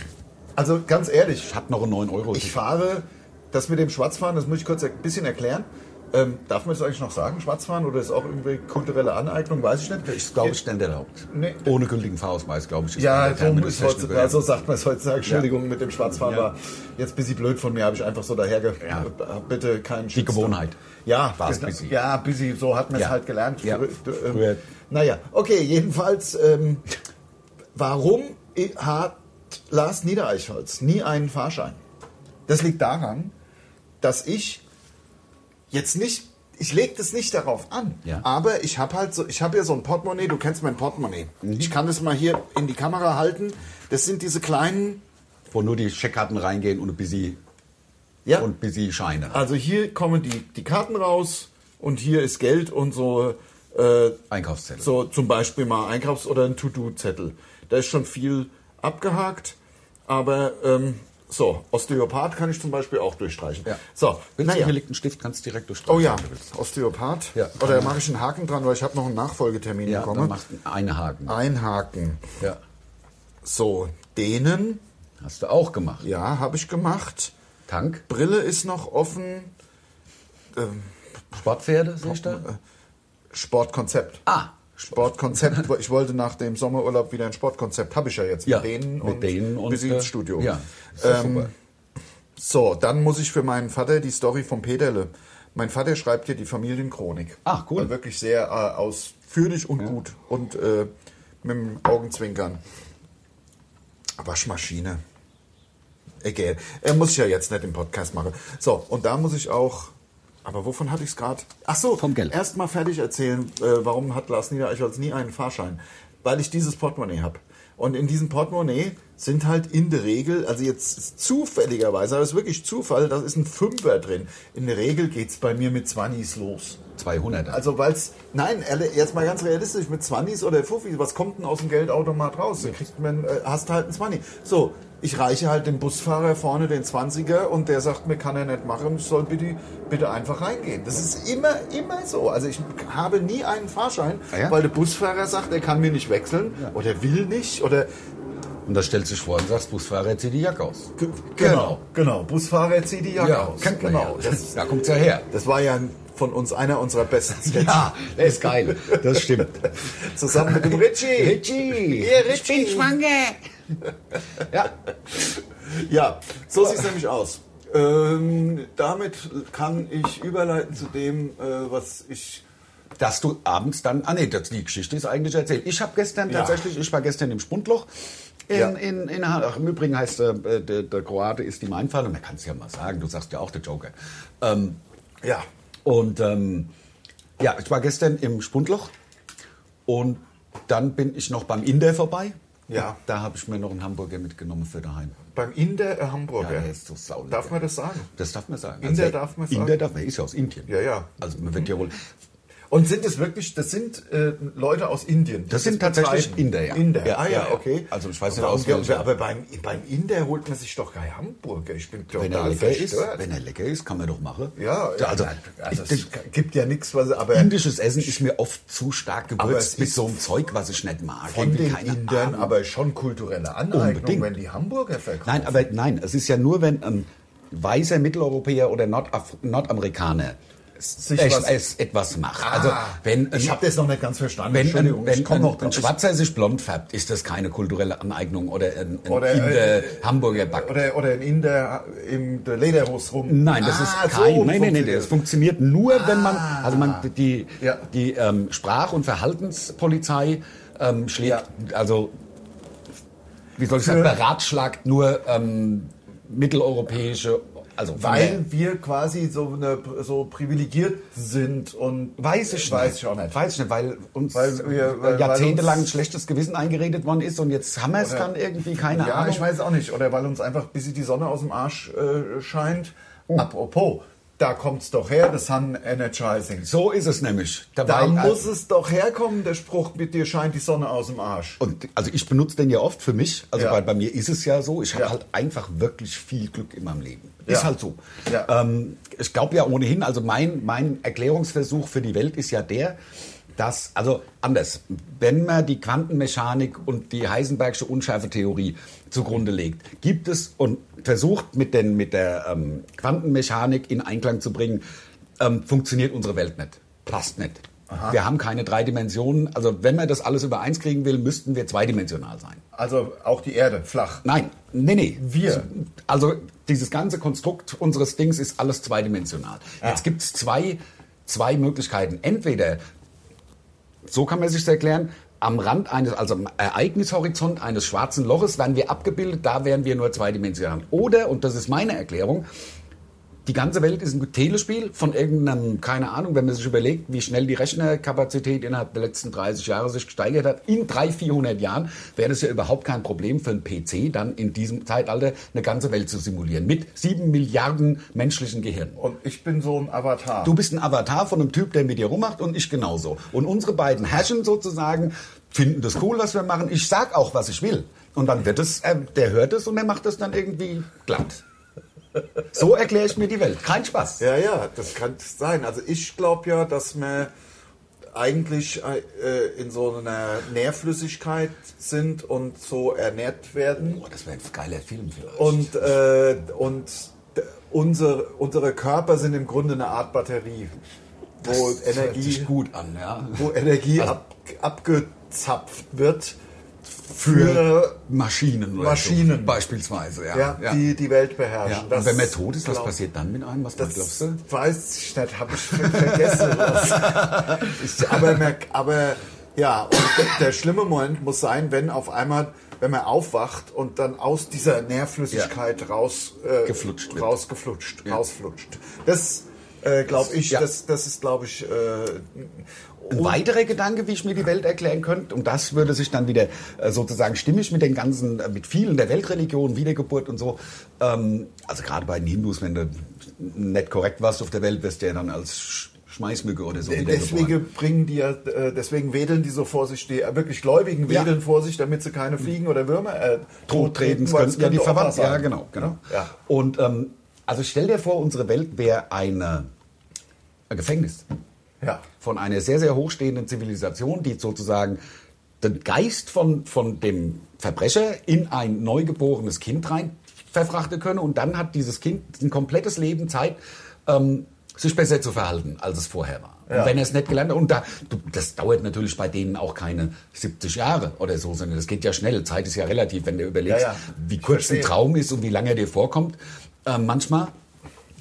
Speaker 2: Also ganz ehrlich,
Speaker 3: Ich habe noch einen 9 Euro.
Speaker 2: Ich fahre das mit dem Schwarzfahren, das muss ich kurz ein bisschen erklären. Ähm, darf man das eigentlich noch sagen, Schwarzfahren? Oder ist auch irgendwie kulturelle Aneignung? Weiß ich nicht.
Speaker 3: ist, glaube ich, nicht erlaubt.
Speaker 2: Nee.
Speaker 3: Ohne gültigen Fahrausweis, glaube ich. ist
Speaker 2: ja,
Speaker 3: der
Speaker 2: so,
Speaker 3: Terminus
Speaker 2: ist
Speaker 3: technisch
Speaker 2: heutzutage, so also sagt man es heutzutage. Entschuldigung, mit dem Schwarzfahren
Speaker 3: Ja.
Speaker 2: war jetzt ein bisschen blöd von mir, habe ich einfach so daherge.
Speaker 3: Ja.
Speaker 2: äh, Bitte keinen Schutz.
Speaker 3: Gewohnheit.
Speaker 2: Ja,
Speaker 3: War's
Speaker 2: genau.
Speaker 3: busy.
Speaker 2: Ja, busy, so hat man es
Speaker 3: Ja.
Speaker 2: halt gelernt.
Speaker 3: Ja.
Speaker 2: Frü- ähm,
Speaker 3: Früher.
Speaker 2: Naja, okay, jedenfalls, ähm, warum i- hat Lars Niedereichholz nie einen Fahrschein? Das liegt daran, dass ich jetzt nicht, ich lege das nicht darauf an,
Speaker 3: Ja.
Speaker 2: aber ich habe halt so, ich habe hier so ein Portemonnaie, du kennst mein Portemonnaie.
Speaker 3: Mhm.
Speaker 2: Ich kann das mal hier in die Kamera halten. Das sind diese kleinen,
Speaker 3: Wo nur die Scheckkarten reingehen und ein bisschen,
Speaker 2: ja,
Speaker 3: und ein bisschen Scheine.
Speaker 2: also hier kommen die, die Karten raus und hier ist Geld und so, äh,
Speaker 3: Einkaufszettel.
Speaker 2: so zum Beispiel mal Einkaufs- oder ein To-Do-Zettel. Da ist schon viel abgehakt, aber ähm, so, Osteopath kann ich zum Beispiel auch durchstreichen.
Speaker 3: Ja.
Speaker 2: So,
Speaker 3: Willst du,
Speaker 2: naja.
Speaker 3: hier liegt ein Stift, kannst direkt durchstreichen.
Speaker 2: Oh ja,
Speaker 3: wenn du willst.
Speaker 2: Osteopath.
Speaker 3: Ja.
Speaker 2: Oder mache ich einen Haken dran, weil ich habe noch einen Nachfolgetermin
Speaker 3: Ja, dann
Speaker 2: bekommen.
Speaker 3: machst du einen Haken.
Speaker 2: Einhaken.
Speaker 3: Ja.
Speaker 2: So, denen,
Speaker 3: Hast du auch gemacht.
Speaker 2: ja, habe ich gemacht.
Speaker 3: Tank,
Speaker 2: Brille ist noch offen. Ähm,
Speaker 3: Sportpferde, sehe ich da?
Speaker 2: Sportkonzept.
Speaker 3: Ah,
Speaker 2: Sportkonzept. Ich wollte nach dem Sommerurlaub wieder ein Sportkonzept. Habe ich ja jetzt
Speaker 3: Ja,
Speaker 2: mit denen
Speaker 3: mit denen und,
Speaker 2: bis
Speaker 3: äh,
Speaker 2: ins Studio.
Speaker 3: ja, ist doch
Speaker 2: ähm,
Speaker 3: super.
Speaker 2: so, dann muss ich für meinen Vater die Story vom Peterle. Mein Vater schreibt hier die Familienchronik.
Speaker 3: Ach, Ah, cool.
Speaker 2: War Wirklich sehr äh, ausführlich und gut und äh, mit dem Augenzwinkern. Waschmaschine. Egal. Er muss ich ja jetzt nicht im Podcast machen. So, und da muss ich auch. Aber wovon hatte ich es gerade? Ach so,
Speaker 3: Vom Geld.
Speaker 2: erst mal fertig erzählen, äh, warum hat Lars Niedereichholz nie einen Fahrschein? Weil ich dieses Portemonnaie habe. Und in diesem Portemonnaie sind halt in der Regel, also jetzt zufälligerweise, aber es ist wirklich Zufall, da ist ein Fünfer drin. In der Regel geht es bei mir mit 20s los.
Speaker 3: 200.
Speaker 2: Also weil's, nein, ehrlich, jetzt mal ganz realistisch, mit 20s oder 50s, was kommt denn aus dem Geldautomat raus? Du kriegt man, äh, hast halt einen 20. So, ich reiche halt dem Busfahrer vorne den 20er und der sagt mir, kann er nicht machen, ich soll bitte, bitte einfach reingehen. Das ist immer, immer so. Also ich habe nie einen Fahrschein,
Speaker 3: Ah ja?
Speaker 2: weil der Busfahrer sagt, er kann mir nicht wechseln oder will nicht oder
Speaker 3: und da stellst du dich vor und sagst, Busfahrer, zieh die Jacke aus.
Speaker 2: G- Genau, genau. Busfahrer zieht die Jacke
Speaker 3: Ja,
Speaker 2: aus.
Speaker 3: kennt man
Speaker 2: genau.
Speaker 3: ja.
Speaker 2: Das,
Speaker 3: Da kommt's ja her.
Speaker 2: Das war ja von uns einer unserer besten Sketche.
Speaker 3: Ja, der ist geil. Das stimmt.
Speaker 2: Zusammen [laughs] mit dem Richie.
Speaker 3: Richie.
Speaker 2: Hier, Richie.
Speaker 3: schwanger. Ja.
Speaker 2: Ja, so sieht es nämlich aus. Ähm, damit kann ich überleiten zu dem, äh, was ich.
Speaker 3: dass du abends dann, ah nee, das, die Geschichte ist eigentlich erzählt. Ich habe gestern
Speaker 2: Ja.
Speaker 3: tatsächlich, ich war gestern im Spundloch. In,
Speaker 2: Ja.
Speaker 3: in, in, Ha- ach, Im Übrigen heißt äh, äh, der, der Kroate ist ihm einfallen. Man kann es ja mal sagen, du sagst ja auch der Joker. Ähm,
Speaker 2: Ja.
Speaker 3: und ähm, ja, ich war gestern im Spundloch und dann bin ich noch beim Inder vorbei.
Speaker 2: Ja.
Speaker 3: Da habe ich mir noch einen Hamburger mitgenommen für daheim.
Speaker 2: Beim Inder äh, Hamburger.
Speaker 3: Ja, der ist so saulecker.
Speaker 2: Darf man das sagen?
Speaker 3: Das darf man sagen.
Speaker 2: Inder
Speaker 3: der-
Speaker 2: darf man
Speaker 3: Inder
Speaker 2: sagen?
Speaker 3: darf man, ist ja aus Indien.
Speaker 2: Ja, ja.
Speaker 3: Also man wird ja wohl...
Speaker 2: Und sind es wirklich, das sind äh, Leute aus Indien? die
Speaker 3: Das sind tatsächlich
Speaker 2: betreiben?
Speaker 3: Inder, ja.
Speaker 2: Inder,
Speaker 3: Ja,
Speaker 2: ah ja,
Speaker 3: ja, ja.
Speaker 2: okay.
Speaker 3: Also ich weiß nicht,
Speaker 2: Warum-
Speaker 3: aus welcher-
Speaker 2: Aber beim, beim Inder holt man sich doch kein Hamburger. Ich bin total
Speaker 3: Wenn er lecker ist,
Speaker 2: verstört.
Speaker 3: wenn er lecker ist, kann man doch machen.
Speaker 2: Ja,
Speaker 3: also,
Speaker 2: also
Speaker 3: ich,
Speaker 2: es gibt ja nichts, was aber
Speaker 3: indisches Essen ist mir oft zu stark
Speaker 2: Aber es
Speaker 3: gewürzt mit
Speaker 2: ist
Speaker 3: so einem Zeug, was ich nicht mag.
Speaker 2: von
Speaker 3: Irgendwie
Speaker 2: den
Speaker 3: keine
Speaker 2: Indern,
Speaker 3: Ahnung.
Speaker 2: aber schon kulturelle Aneignung,
Speaker 3: Unbedingt.
Speaker 2: wenn die Hamburger verkaufen.
Speaker 3: nein, aber nein, es ist ja nur, wenn ein weißer Mitteleuropäer oder Nordaf Nordamerikaner
Speaker 2: Sich
Speaker 3: echt-
Speaker 2: was-
Speaker 3: es etwas macht.
Speaker 2: Ah,
Speaker 3: also wenn
Speaker 2: ich
Speaker 3: ein-
Speaker 2: habe das noch nicht ganz verstanden.
Speaker 3: wenn ein,
Speaker 2: Entschuldigung,
Speaker 3: wenn
Speaker 2: ich komme
Speaker 3: ein,
Speaker 2: noch
Speaker 3: ein
Speaker 2: drauf.
Speaker 3: Schwarzer sich blond färbt, ist das keine kulturelle Aneignung oder ein, ein
Speaker 2: Oder,
Speaker 3: Inder
Speaker 2: äh,
Speaker 3: Hamburger backt.
Speaker 2: Oder, oder in Inder äh, im der Lederhose rum.
Speaker 3: Nein, das
Speaker 2: Ah,
Speaker 3: ist kein.
Speaker 2: so
Speaker 3: nein, nein, nein,
Speaker 2: funktioniert Ah,
Speaker 3: das funktioniert nur, wenn man also man die
Speaker 2: Ja.
Speaker 3: die ähm, Sprach- und Verhaltenspolizei ähm, schlägt also wie soll ich sagen beratschlagt nur ähm, mitteleuropäische also von der-
Speaker 2: Weil wir quasi so, eine, so privilegiert sind und
Speaker 3: Weiß ich,
Speaker 2: weiß
Speaker 3: nicht.
Speaker 2: ich auch nicht.
Speaker 3: Weiß ich nicht, weil uns
Speaker 2: Weil wir- weil- weil
Speaker 3: jahrzehntelang ein
Speaker 2: uns-
Speaker 3: schlechtes Gewissen eingeredet worden ist und jetzt haben wir es dann irgendwie, keine
Speaker 2: ja,
Speaker 3: Ahnung.
Speaker 2: ich weiß auch nicht. Oder weil uns einfach ein bisschen die Sonne aus dem Arsch äh, scheint.
Speaker 3: Oh.
Speaker 2: Apropos, da kommt's doch her, das Sun Energizing.
Speaker 3: So ist es nämlich.
Speaker 2: Da
Speaker 3: Weil-
Speaker 2: muss es doch herkommen, der Spruch, mit dir scheint die Sonne aus dem Arsch.
Speaker 3: Und also ich benutze den ja oft für mich. Also
Speaker 2: Ja.
Speaker 3: bei, bei mir ist es ja so. Ich habe
Speaker 2: Ja.
Speaker 3: halt einfach wirklich viel Glück in meinem Leben.
Speaker 2: Ja.
Speaker 3: Ist halt so.
Speaker 2: Ja.
Speaker 3: Ähm, ich glaube ja ohnehin, also mein, mein Erklärungsversuch für die Welt ist ja der, dass, also anders, wenn man die Quantenmechanik und die Heisenbergsche Unschärfetheorie zugrunde legt, gibt es und versucht mit, den, mit der ähm, Quantenmechanik in Einklang zu bringen, ähm, funktioniert unsere Welt nicht, passt nicht. Wir haben keine drei Dimensionen. Also wenn man das alles über eins kriegen will, müssten wir zweidimensional sein.
Speaker 4: Also auch die Erde, flach.
Speaker 3: Nein, nee, nee.
Speaker 4: Wir.
Speaker 3: Also dieses ganze Konstrukt unseres Dings ist alles zweidimensional. Jetzt gibt es zwei, zwei Möglichkeiten. Entweder, so kann man sich erklären, am Rand eines, also am Ereignishorizont eines schwarzen Loches werden wir abgebildet, da wären wir nur zweidimensional. Oder, und das ist meine Erklärung, die ganze Welt ist ein Telespiel von irgendeinem, keine Ahnung, wenn man sich überlegt, wie schnell die Rechnerkapazität innerhalb der letzten 30 Jahre sich gesteigert hat, in 300, 400 Jahren wäre das ja überhaupt kein Problem für einen PC, dann in diesem Zeitalter eine ganze Welt zu simulieren mit sieben Milliarden menschlichen Gehirnen.
Speaker 4: Und ich bin so ein Avatar.
Speaker 3: Du bist ein Avatar von einem Typ, der mit dir rummacht und ich genauso. Und unsere beiden Herrschen sozusagen finden das cool, was wir machen. Ich sag auch, was ich will. Und dann wird es, äh, der hört es und der macht das dann irgendwie glatt. So erkläre ich mir die Welt. Kein Spaß.
Speaker 2: Ja, ja, das kann sein. Also ich glaube ja, dass wir eigentlich äh, äh, in so einer Nährflüssigkeit sind und so ernährt werden.
Speaker 3: Boah, das wäre ein geiler Film vielleicht.
Speaker 2: Und, äh, und d- unsere, unsere Körper sind im Grunde eine Art Batterie, wo
Speaker 3: Das hört
Speaker 2: Energie,
Speaker 3: sich gut an, Also ja.
Speaker 2: wo Energie ab, abgezapft wird
Speaker 3: Für
Speaker 2: für,
Speaker 3: Maschinen oder
Speaker 2: Maschinen.
Speaker 3: so, beispielsweise, ja.
Speaker 2: ja,
Speaker 3: ja.
Speaker 2: Die, die Welt beherrschen.
Speaker 3: ja.
Speaker 2: Das
Speaker 3: Und wenn man tot ist, was
Speaker 2: glaub-
Speaker 3: passiert dann mit einem? Was
Speaker 2: Das
Speaker 3: glaubst du?
Speaker 2: weiß ich nicht, habe ich vergessen.
Speaker 3: [laughs]
Speaker 2: was. ich, aber, mer- aber ja, und der- der schlimme Moment muss sein, wenn auf einmal, wenn man aufwacht und dann aus dieser Nährflüssigkeit raus, äh,
Speaker 3: Geflutscht wird.
Speaker 2: rausgeflutscht, rausflutscht. Das äh, glaube ich,
Speaker 3: Ja.
Speaker 2: das, das ist glaube ich. Äh,
Speaker 3: Ein weiterer Gedanke, wie ich mir die Welt erklären könnte, und das würde sich dann wieder äh, sozusagen stimmig mit den ganzen, äh, mit vielen der Weltreligionen, Wiedergeburt und so, ähm, also gerade bei den Hindus, wenn du nicht korrekt warst auf der Welt, wirst du ja dann als Sch- Schmeißmücke oder so wiedergeboren.
Speaker 2: Deswegen bringen die ja, äh, deswegen wedeln die so vor sich, die äh, wirklich Gläubigen
Speaker 3: Ja.
Speaker 2: wedeln vor sich, damit sie keine Fliegen oder Würmer äh,
Speaker 3: tot treten
Speaker 2: weil
Speaker 3: könnten
Speaker 2: es
Speaker 3: ja die
Speaker 2: könnte Opfer
Speaker 3: Verwandten. Ja,
Speaker 2: sein.
Speaker 3: genau, genau.
Speaker 2: Ja.
Speaker 3: Und ähm, also stell dir vor, unsere Welt wäre eine- ein Gefängnis
Speaker 2: Ja.
Speaker 3: von einer sehr, sehr hochstehenden Zivilisation, die sozusagen den Geist von, von dem Verbrecher in ein neugeborenes Kind rein verfrachten könne. Und dann hat dieses Kind ein komplettes Leben Zeit, ähm, sich besser zu verhalten, als es vorher war. Und wenn er es nicht gelernt hat, und da, du, das dauert natürlich bei denen auch keine 70 Jahre oder so, sondern das geht ja schnell. Zeit ist ja relativ, wenn du überlegst,
Speaker 2: Ja, ja.
Speaker 3: wie kurz ein
Speaker 2: verstehe.
Speaker 3: Traum ist und wie lange er dir vorkommt. Äh, manchmal.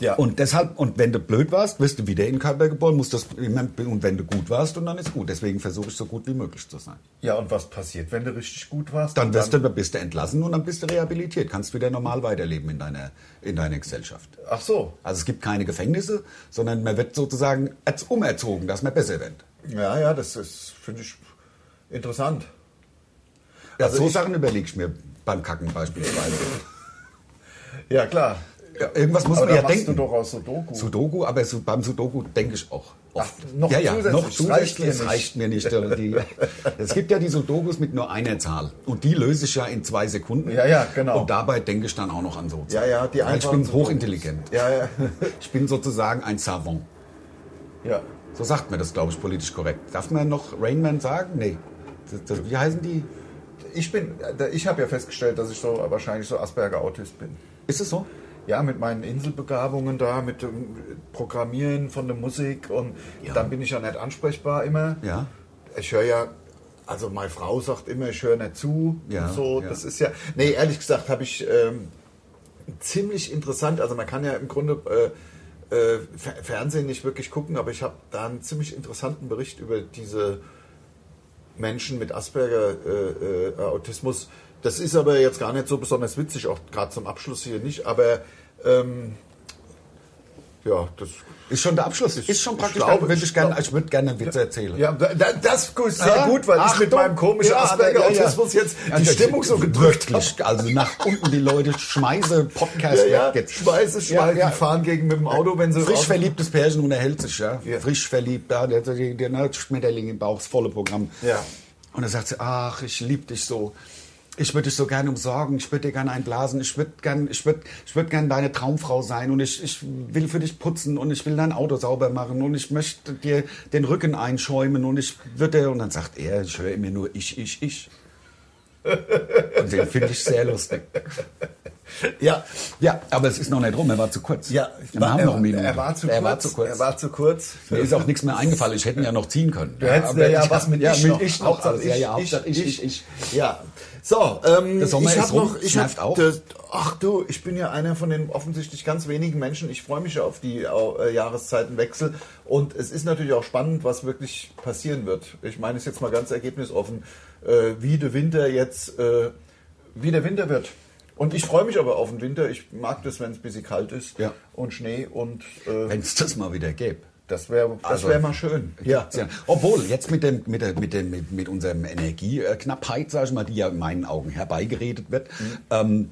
Speaker 4: Ja.
Speaker 3: Und deshalb, und wenn du blöd warst, wirst du wieder in den Körper geboren, musst das, immer- und wenn du gut warst, und dann ist gut. Deswegen versuche ich so gut wie möglich zu sein.
Speaker 4: Ja, und was passiert, wenn du richtig gut warst?
Speaker 3: Dann wirst du, bist du entlassen und dann bist du rehabilitiert, kannst wieder normal weiterleben in deiner, in deiner Gesellschaft.
Speaker 4: Ach so.
Speaker 3: Also es gibt keine Gefängnisse, sondern man wird sozusagen erz- umerzogen, dass man besser wird.
Speaker 2: Ja, ja, das ist, finde ich, interessant.
Speaker 3: Ja,
Speaker 2: Also
Speaker 3: so
Speaker 2: ich-
Speaker 3: Sachen überlege ich mir beim Kacken beispielsweise.
Speaker 4: Ja, klar.
Speaker 3: ja, irgendwas muss
Speaker 4: Aber
Speaker 3: man
Speaker 4: da
Speaker 3: ja
Speaker 4: machst
Speaker 3: denken.
Speaker 4: du doch aus
Speaker 2: Oh.
Speaker 4: Sudoku.
Speaker 3: Sudoku, aber so, beim Sudoku denke ich auch oft.
Speaker 4: Ach, noch
Speaker 3: ja, ja,
Speaker 4: zusätzlich,
Speaker 3: noch
Speaker 4: es
Speaker 3: zusätzlich,
Speaker 4: reicht dir
Speaker 3: es
Speaker 4: nicht.
Speaker 3: reicht mir nicht. äh, Die, es gibt ja die Sudokus mit nur einer Zahl und die löse ich ja in zwei Sekunden.
Speaker 4: Ja, ja, genau.
Speaker 3: Und dabei denke ich dann auch noch an so
Speaker 2: Ja, ja, die
Speaker 3: Weil ich
Speaker 2: einfachen
Speaker 3: bin hochintelligent.
Speaker 2: Ja, ja.
Speaker 3: Ich bin sozusagen ein Savant.
Speaker 4: Ja.
Speaker 3: So sagt man das, glaube ich, politisch korrekt. Darf man noch Rainman sagen? Nee. Das, das, wie heißen die?
Speaker 2: Ich bin, ich habe ja festgestellt, dass ich so wahrscheinlich so Asperger-Autist bin.
Speaker 3: Ist es so?
Speaker 2: Ja, mit meinen Inselbegabungen da, mit dem Programmieren von der Musik und
Speaker 3: Ja.
Speaker 2: dann bin ich ja nicht ansprechbar immer.
Speaker 3: Ja.
Speaker 2: Ich höre ja, also meine Frau sagt immer, ich höre nicht zu.
Speaker 3: Ja,
Speaker 2: und so,
Speaker 3: ja.
Speaker 2: das ist ja, nee, ehrlich gesagt habe ich ähm, ziemlich interessant, also man kann ja im Grunde äh, äh, Fer- Fernsehen nicht wirklich gucken, aber ich habe da einen ziemlich interessanten Bericht über diese Menschen mit Asperger äh, äh, Autismus. Das ist aber jetzt gar nicht so besonders witzig, auch gerade zum Abschluss hier nicht. Aber ähm, ja, das.
Speaker 3: Ist schon der Abschluss. Ist, schon
Speaker 2: ich
Speaker 3: praktisch.
Speaker 2: glaube,
Speaker 3: dann würde
Speaker 2: ich
Speaker 3: ich gerne,
Speaker 2: glaube-
Speaker 3: ich würde gerne einen Witz erzählen.
Speaker 2: Ja, da- da- das ist sehr
Speaker 3: Ja?
Speaker 2: gut, weil ich mit
Speaker 3: Achtung.
Speaker 2: meinem komischen
Speaker 3: Ja,
Speaker 2: Asperger
Speaker 3: ja, ja.
Speaker 2: Autismus jetzt
Speaker 3: Ja,
Speaker 2: die
Speaker 3: das-
Speaker 2: Stimmung so gedrückt habe.
Speaker 3: wirklich. Also nach unten die Leute schmeiße Podcast
Speaker 2: Ja, ja,
Speaker 3: weg jetzt.
Speaker 2: Schmeiße, schmeiße,
Speaker 3: Ja, ja.
Speaker 2: fahren gegen mit dem Auto, wenn sie
Speaker 3: Frisch
Speaker 2: raus-
Speaker 3: verliebtes Pärchen unterhält sich, ja.
Speaker 2: Ja.
Speaker 3: Frisch verliebt, ja. Der, der, der, der Schmetterling im Bauch, das volle Programm.
Speaker 2: Ja.
Speaker 3: Und dann sagt sie, ach, ich liebe dich so. ich würde dich so gerne umsorgen, ich würde dir gerne einblasen, ich würde gerne ich würd, ich würd gern deine Traumfrau sein und ich, ich will für dich putzen und ich will dein Auto sauber machen und ich möchte dir den Rücken einschäumen und ich würde... Und dann sagt er, ich höre immer nur ich, ich, ich. Und den finde ich
Speaker 4: [laughs]
Speaker 3: sehr lustig.
Speaker 2: Ja,
Speaker 3: Ja, aber es ist noch nicht rum, er war zu kurz.
Speaker 2: Ja,
Speaker 3: wir haben
Speaker 4: er,
Speaker 3: noch eine Minute.
Speaker 4: Er war zu kurz.
Speaker 3: Er war zu kurz.
Speaker 4: Er war zu kurz.
Speaker 3: Mir ist auch nichts mehr eingefallen, ich hätte ihn ja noch ziehen können.
Speaker 4: Du hättest
Speaker 3: aber
Speaker 4: ja, ja
Speaker 3: ich-
Speaker 4: was mit
Speaker 3: ja,
Speaker 4: ich
Speaker 3: mit
Speaker 4: noch.
Speaker 3: Ich noch
Speaker 4: Hauptsache
Speaker 3: alles. Ja, ja, Hauptsache ich, ich, ich.
Speaker 2: Ja. So, ähm,
Speaker 3: Der Sommer
Speaker 2: ich
Speaker 3: ist
Speaker 2: hab
Speaker 3: rum,
Speaker 2: noch, ich
Speaker 3: schneift
Speaker 2: hab,
Speaker 3: auf.
Speaker 2: Das, ach du, ich bin ja einer von den offensichtlich ganz wenigen Menschen. Ich freue mich ja auf die äh, Jahreszeitenwechsel und es ist natürlich auch spannend, was wirklich passieren wird. Ich meine es jetzt mal ganz ergebnisoffen, äh, wie der Winter jetzt, äh, wie der Winter wird. Und ich freue mich aber auf den Winter. Ich mag das, wenn es ein bisschen kalt ist
Speaker 3: Ja.
Speaker 2: und Schnee und äh,
Speaker 3: Wenn es das mal wieder gäbe.
Speaker 2: das wäre, das
Speaker 3: Also-
Speaker 2: wäre mal schön.
Speaker 3: Ja. Obwohl, jetzt mit, dem, mit, der, mit, dem, mit, mit unserem Energieknappheit, sag ich mal, die ja in meinen Augen herbeigeredet wird, ähm,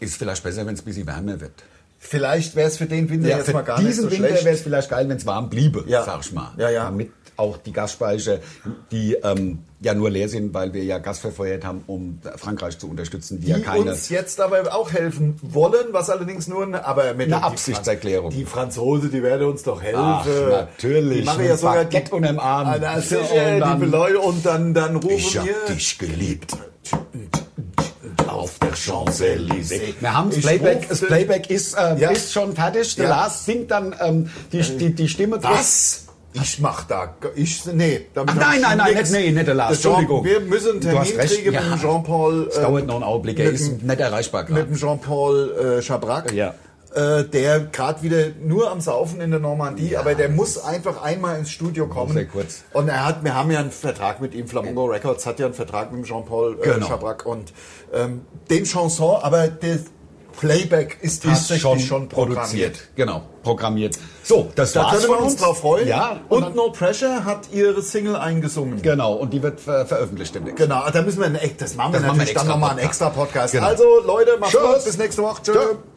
Speaker 3: ist vielleicht besser, wenn es ein bisschen wärmer wird.
Speaker 2: Vielleicht wäre es für den Winter
Speaker 3: Ja,
Speaker 2: jetzt
Speaker 3: für
Speaker 2: mal gar
Speaker 3: diesen
Speaker 2: nicht so
Speaker 3: Winter
Speaker 2: schlecht.
Speaker 3: wäre es vielleicht geil, wenn es warm bliebe,
Speaker 2: Ja.
Speaker 3: sag ich mal.
Speaker 2: Ja, ja.
Speaker 3: Damit auch die Gasspeicher, die ähm, ja nur leer sind, weil wir ja Gas verfeuert haben, um Frankreich zu unterstützen, die, ja
Speaker 2: die
Speaker 3: keine...
Speaker 2: uns jetzt aber auch helfen wollen, was allerdings nur eine, aber mit
Speaker 3: Eine
Speaker 2: die
Speaker 3: Absichtserklärung.
Speaker 2: Franz- Die Franzose, die werden uns doch helfen.
Speaker 3: Ach, natürlich.
Speaker 2: Die machen
Speaker 3: Mit
Speaker 2: ja sogar
Speaker 3: Baguette unterm Arm.
Speaker 2: Ah, na, sicher,
Speaker 3: Und dann-
Speaker 2: die Beleu und dann, dann rufen
Speaker 3: Ich hab
Speaker 2: wir.
Speaker 3: dich geliebt. Auf der Champs-Élysées. Wir haben das
Speaker 2: Ich
Speaker 3: Playback.
Speaker 2: ruf
Speaker 3: Das
Speaker 2: den-
Speaker 3: Playback ist, äh,
Speaker 2: Ja.
Speaker 3: ist schon fertig. Der
Speaker 2: Ja.
Speaker 3: Lars singt dann ähm, die, die, die Stimme drauf.
Speaker 2: Was? Ich mach da. Ich, nee. damit
Speaker 3: Ach,
Speaker 2: hab
Speaker 3: nein,
Speaker 2: ich
Speaker 3: nein, nein,
Speaker 2: nix.
Speaker 3: nicht- nee, nicht der Lars,
Speaker 2: Das Jean-
Speaker 3: Entschuldigung.
Speaker 2: Wir müssen einen
Speaker 3: Du hast
Speaker 2: Termin
Speaker 3: recht,
Speaker 2: kriegen mit
Speaker 3: ja.
Speaker 2: dem Jean-Paul. äh,
Speaker 3: Es dauert noch einen Augenblick. Er
Speaker 2: mit
Speaker 3: ist
Speaker 2: dem-
Speaker 3: nicht erreichbar
Speaker 2: mit
Speaker 3: gerade.
Speaker 2: dem Jean-Paul äh, Schabrack.
Speaker 3: Ja.
Speaker 2: Äh, der gerade wieder nur am Saufen in der Normandie,
Speaker 3: Ja,
Speaker 2: aber der muss einfach einmal ins Studio kommen.
Speaker 3: Sehr kurz.
Speaker 2: Und er hat, wir haben ja einen Vertrag mit ihm. Flamingo Records hat ja einen Vertrag mit dem Jean-Paul äh,
Speaker 3: Genau.
Speaker 2: Schabrack und ähm, den Chanson, aber das Playback ist tatsächlich schon, programmiert.
Speaker 3: Genau, programmiert. So, das
Speaker 2: Da
Speaker 3: war's
Speaker 2: können wir
Speaker 3: von
Speaker 2: uns drauf freuen.
Speaker 3: Ja,
Speaker 2: und,
Speaker 3: und, dann-
Speaker 2: No Pressure hat ihre Single eingesungen.
Speaker 3: genau, und die wird ver veröffentlicht demnächst.
Speaker 2: Genau, da müssen wir ein, das machen
Speaker 3: Das machen wir
Speaker 2: wir natürlich
Speaker 3: extra
Speaker 2: dann nochmal einen
Speaker 3: Podcast.
Speaker 2: extra Podcast.
Speaker 3: Genau.
Speaker 2: Also Leute, macht's
Speaker 3: Tschüss.
Speaker 2: gut, bis nächste Woche. Tschüss.
Speaker 3: Tschö.